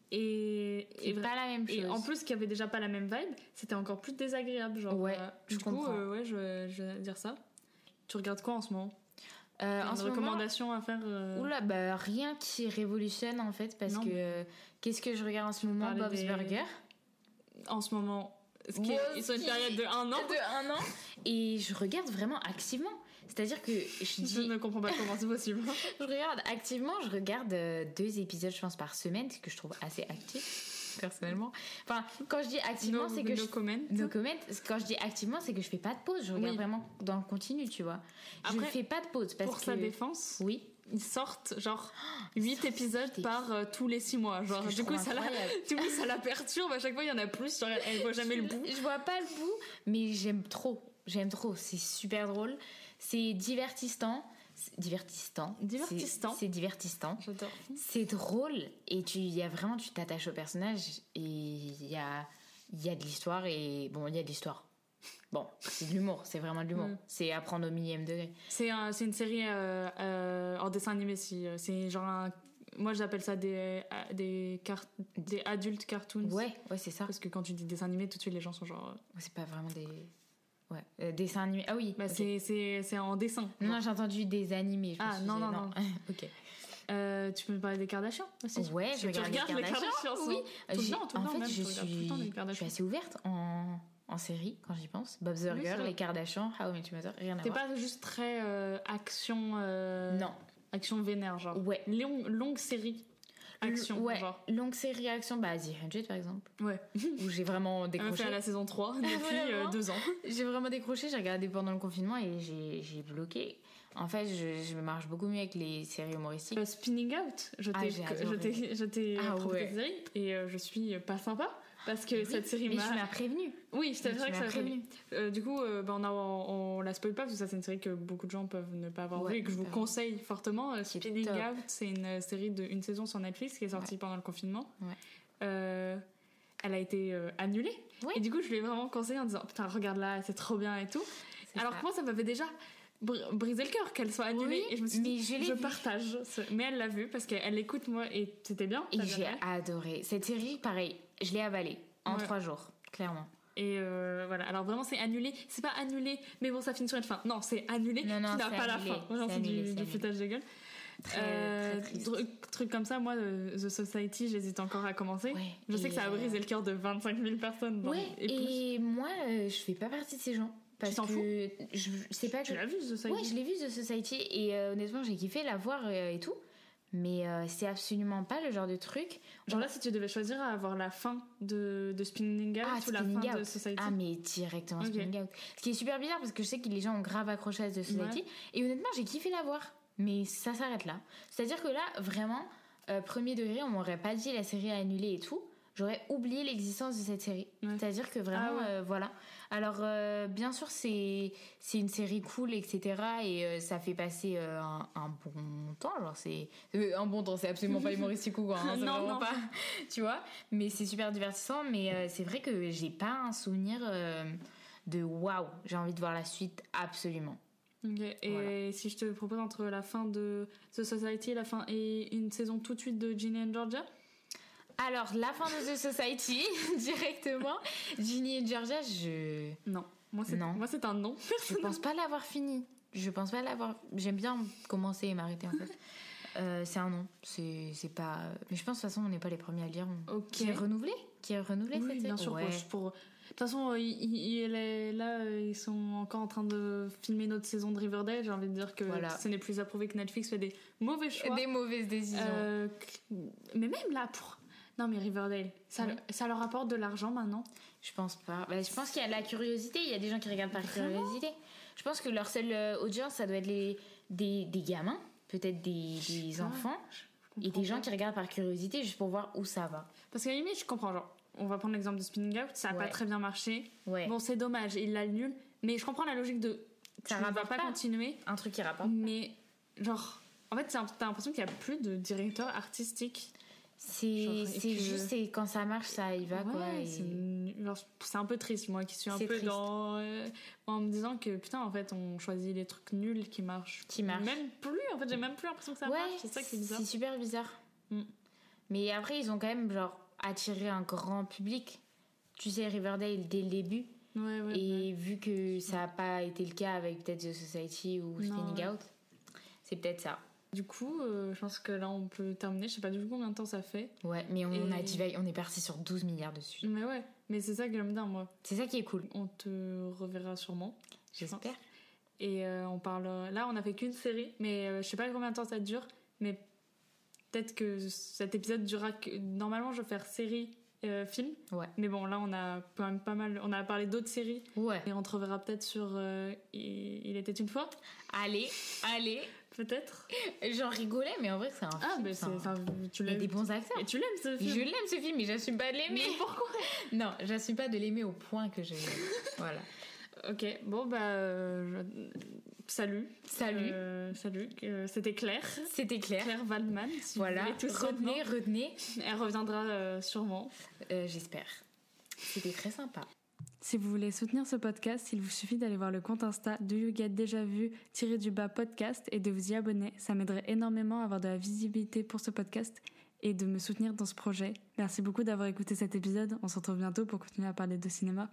A: Et,
J: C'est
A: et vra-
J: pas la même chose.
A: Et en plus qu'il y avait déjà pas la même vibe, c'était encore plus désagréable. Genre,
J: Ouais,
A: euh,
J: je
A: du coup,
J: comprends.
A: euh, ouais, je, je vais dire ça. Tu regardes quoi en ce moment
J: Euh,
A: T'as
J: en
A: Une
J: ce moment,
A: recommandation à faire euh,
J: Oula, bah rien qui révolutionne en fait, parce
A: Non,
J: que
A: mais-
J: euh, qu'est-ce que je regarde en ce moment
A: parlais
J: Bob's
A: des-
J: Burger
A: en ce moment ce qui
J: Moi
A: est- Ils sont une
J: aussi.
A: période de un an.
J: de un an et je regarde vraiment activement. C'est-à-dire que
A: (laughs)
J: je
A: Je
J: dis,
A: ne comprends pas comment c'est
J: (laughs)
A: possible.
J: je regarde activement, je regarde euh, deux épisodes, je pense, par semaine, ce que je trouve assez actif, personnellement. Enfin, quand je dis activement,
A: No-
J: c'est que
A: no
J: je.
A: comment.
J: No comment, quand je dis activement, c'est que je fais pas de pause, je regarde
A: Oui.
J: vraiment dans le continu, tu vois. je
A: Après,
J: fais pas de pause parce
A: Pour
J: que.
A: sa défense,
J: Oui.
A: ils sortent
J: (gasps)
A: genre 8 épisodes
J: des-
A: par euh, tous les 6 mois. Genre,
J: que je
A: du coup,
J: trouve
A: ça la,
J: incroyable.
A: du coup, ça la perturbe. À chaque fois, il y en a plus. Genre, elle- elle voit jamais le bout.
J: Je vois pas le bout, mais j'aime trop. J'aime trop. C'est super drôle. C'est divertissant. C'est Divertissant.
A: Divertissant.
J: C'est c'est divertissant.
A: J'adore.
J: C'est drôle et tu y a vraiment tu t'attaches au personnage et il y a il y a de l'histoire et bon il y a de l'histoire. Bon, c'est de l'humour, c'est vraiment de l'humour.
A: Mm.
J: C'est à prendre au millième degré.
A: C'est un- c'est une série euh, euh, en dessin animé, si. euh, C'est genre un. Moi, j'appelle ça des, euh, des, car- des adultes cartoons.
J: Ouais, ouais, c'est ça.
A: Parce que quand tu dis dessin animé, tout de suite, les gens sont genre. euh,
J: C'est pas vraiment des ouais, euh, dessins animés. Ah oui,
A: Bah,
J: ok.
A: c'est- c'est c'est en dessin.
J: Non, non, j'ai entendu des animés. je me
A: Ah,
J: suis dit,
A: non, non, non.
J: (laughs) ok.
A: Euh, tu peux me parler des Kardashians aussi
J: Ouais,
A: Parce
J: je
A: que tu
J: regarde
A: regardes
J: les
A: les
J: Kardashians.
A: Kardashians.
J: Oui.
A: hein. Tout le
J: euh, J'ai-
A: temps, tout le
J: en
A: temps,
J: fait,
A: même,
J: je,
A: je regarde tout le
J: suis,
A: temps les
J: je suis
A: Kardashians.
J: assez ouverte en, en série quand j'y pense. Bob's
A: Oui, c'est
J: Burger,
A: vrai.
J: les Kardashians, How I Met Your Mother, rien à
A: T'es
J: voir.
A: pas juste très euh, action. euh,
J: Ah Non,
A: Action vénère, genre.
J: ouais.
A: Long- longue série. Action,
J: L- ouais.
A: genre.
J: Longue série action, bah The 100 par exemple,
A: Ouais.
J: où j'ai vraiment
A: Elle me
J: décroché.
A: fait Ah, à la saison
J: (laughs)
A: 3 depuis euh,
J: Vraiment
A: deux ans.
J: J'ai vraiment décroché, j'ai regardé pendant le confinement et j'ai j'ai bloqué. En fait, je, je marche beaucoup mieux avec les séries humoristiques.
A: Euh, spinning Out, je
J: Ah,
A: t'ai
J: j'ai
A: je
J: adoré.
A: t'ai- je t'ai
J: Ah
A: proposé
J: ouais.
A: cette série et euh, je suis pas sympa parce que cette série
J: Mais tu
A: m'a.
J: m'as prévenu.
A: Oui, je
J: Mais
A: t'avais
J: tu
A: que
J: m'as
A: ça
J: prévenu.
A: Euh, du coup, euh, bah, on, a- on- on la spoil pas parce que ça c'est une série que beaucoup de gens peuvent ne pas avoir
J: Ouais,
A: vue et que je vous
J: bah oui.
A: conseille fortement. Euh,
J: Qui est
A: Spinning
J: top.
A: Out, c'est une euh, série de une saison sur Netflix qui est sortie pendant le confinement.
J: Ouais.
A: Euh, elle a été euh, annulée
J: Ouais.
A: et du coup je lui ai vraiment conseillé en disant putain regarde là c'est trop bien et tout.
J: C'est
A: Alors
J: ça.
A: que moi ça m'avait déjà br- brisé le cœur qu'elle soit annulée
J: Oui,
A: et je me suis
J: mais
A: dit
J: je l'ai
A: je
J: vue.
A: partage. ce- Mais elle l'a vue parce qu'elle écoute moi et c'était bien.
J: Et
A: t'as bien
J: j'ai
A: fait.
J: adoré. Cette série, pareil, je l'ai avalée en
A: Ouais.
J: trois jours, clairement.
A: Et euh, voilà, alors vraiment c'est annulé, c'est pas annulé, mais bon ça finit sur une fin. Non, c'est annulé,
J: Non, non,
A: tu n'as
J: c'est
A: pas
J: annulé,
A: la fin. Vraiment,
J: c'est
A: c'est
J: annulé,
A: du,
J: c'est
A: du
J: annulé.
A: foutage de gueule.
J: Très,
A: Euh,
J: très triste.
A: truc, truc comme ça, moi euh, The Society, j'hésite encore à commencer.
J: Ouais,
A: Je sais
J: et
A: que ça a
J: euh,
A: brisé le cœur de 25 000 personnes. dans-
J: Ouais,
A: et plus.
J: et, moi, euh, je fais pas partie de ces gens. Parce
A: t'en
J: que
A: fous
J: je sais pas que.
A: Tu l'as vu The Society
J: Ouais, je l'ai vu The Society et euh, honnêtement, j'ai kiffé la voir euh, et tout. Mais euh, c'est absolument pas le genre de truc.
A: Genre là, si tu devais choisir à avoir la fin de, de Spinning Out
J: Ah,
A: ou la
J: Spinning
A: fin de
J: Out.
A: Society.
J: Ah, mais directement
A: Ok.
J: Spinning Out. Ce qui est super bizarre parce que je sais que les gens ont grave accroché à The Society. Et honnêtement, j'ai kiffé la voir. Mais ça s'arrête là. C'est-à-dire que là, vraiment, euh, premier degré, on m'aurait pas dit la série a annulé et tout. J'aurais oublié l'existence de cette série.
A: Ouais.
J: C'est-à-dire que vraiment,
A: Ah ouais.
J: euh, voilà. Alors, euh, bien sûr, c'est c'est une série cool, etc. Et euh, ça fait passer euh, un, un bon temps. Genre, c'est euh, un bon temps. C'est
A: (laughs)
J: absolument pas humoristique ou quoi. hein, c'est
A: Non,
J: vraiment
A: non.
J: pas. (laughs) Tu vois. Mais c'est super divertissant. Mais euh, c'est vrai que j'ai pas un souvenir euh, de waouh. J'ai envie de voir la suite absolument.
A: Ok, Et
J: Voilà.
A: si je te propose entre la fin de The Society et la fin et une saison tout de suite de Ginny and Georgia
J: Alors, la fin de The Society (laughs) directement. Ginny et Georgia, je
A: Non. Moi, c'est
J: Non.
A: moi, c'est un non.
J: je pense pas l'avoir fini. Je pense pas l'avoir. J'aime bien commencer et m'arrêter en fait. Euh, c'est un nom, c'est c'est pas. Mais je pense de toute façon on n'est pas les premiers à le lire. On-
A: Ok.
J: Qui est renouvelé Qui est renouvelé
A: Oui,
J: cette
A: bien
J: série
A: sûr.
J: Ouais.
A: pour- Pour... De toute façon, euh, il- il- il est- là, euh, ils sont encore en train de filmer notre saison de Riverdale. J'ai envie de dire que
J: Voilà. Eh ben,
A: ce n'est plus approuvé que Netflix fait des mauvais choix.
J: Des mauvaises décisions.
A: Euh, mais même là, pour. Non, mais Riverdale, ça,
J: Ouais.
A: ça leur apporte de l'argent maintenant.
J: Je pense pas. Bah, je pense qu'il y a de la curiosité. Il y a des gens qui regardent par
A: Vraiment
J: curiosité. Je pense que leur seule euh, audience, ça doit être les, des, des gamins, peut-être des, des
A: sais pas.
J: enfants, et des gens qui regardent par curiosité juste pour voir où ça va.
A: Parce qu'à la limite, je comprends. Genre, on va prendre l'exemple de Spinning Out, ça a pas
J: Ouais.
A: très bien marché.
J: Ouais.
A: Bon, c'est dommage, il l'annule. Mais je comprends la logique de.
J: Ça
A: tu ne vas
J: rapporte
A: pas
J: pas.
A: continuer.
J: Un truc qui rapporte.
A: Mais, genre. En fait, c'est un- t'as l'impression qu'il n'y a plus de directeur artistique. Genre,
J: C'est
A: et
J: c'est
A: puis,
J: juste, c'est quand ça marche, ça y va quoi.
A: Ouais,
J: et-
A: c'est une- genre, c'est un peu triste, moi, qui suis un
J: C'est
A: peu
J: triste.
A: dans. euh, en me disant que, putain, en fait, on choisit les trucs nuls qui marchent.
J: Qui marchent.
A: Même plus, en fait, j'ai même plus l'impression que ça
J: Ouais,
A: marche. C'est ça qui est bizarre.
J: C'est super bizarre.
A: Mm.
J: Mais après, ils ont quand même genre attiré un grand public. Tu sais, Riverdale dès le début.
A: Ouais, ouais.
J: Et vu que ça n'a pas été le cas avec peut-être The Society ou
A: Non,
J: Spinning
A: ouais.
J: Out, c'est peut-être ça.
A: Du coup, euh, je pense que là, on peut terminer. Je sais pas du tout combien de temps ça fait.
J: Ouais, mais on
A: Et- Mm.
J: a divagué, on est parti sur 12 milliards de sujets.
A: Mais ouais, mais c'est ça que j'aime bien, moi.
J: C'est ça qui est cool,
A: On te reverra sûrement. je pense.
J: j'espère.
A: Et euh, on parle. Là, on a fait qu'une série, mais euh, je sais pas combien de temps ça dure. Mais peut-être que cet épisode durera. Que... Normalement, je vais faire série, euh, film.
J: Ouais.
A: Mais bon, là, on a quand même pas mal. On a parlé d'autres séries.
J: Ouais.
A: Et on te reverra peut-être sur euh, Il Il était une fois,
J: Allez, allez.
A: peut-être.
J: J'en rigolais, mais en vrai, c'est un
A: Ah,
J: film.
A: mais c'est.
J: ça.
A: Enfin, tu
J: Il y a
A: l'aimes.
J: des bons acteurs.
A: Et tu l'aimes ce film
J: Je l'aime ce film, mais j'assume pas de l'aimer.
A: Mais
J: pourquoi Non, j'assume pas de l'aimer au point que je.
A: (laughs)
J: voilà.
A: Ok, bon bah euh, je- salut.
J: Salut.
A: Euh, salut. euh, C'était Claire.
J: C'était clair.
A: Claire Valman. Si
J: Voilà,
A: vous voulez tous
J: retenez,
A: retenir.
J: retenez,
A: Elle reviendra euh, sûrement.
J: Euh, j'espère. C'était très sympa.
K: Si vous voulez soutenir ce podcast, il vous suffit d'aller voir le compte Insta Do You Get Déjà Vu tiré du bas podcast et de vous y abonner. Ça m'aiderait énormément à avoir de la visibilité pour ce podcast et de me soutenir dans ce projet. Merci beaucoup d'avoir écouté cet épisode. On se retrouve bientôt pour continuer à parler de cinéma.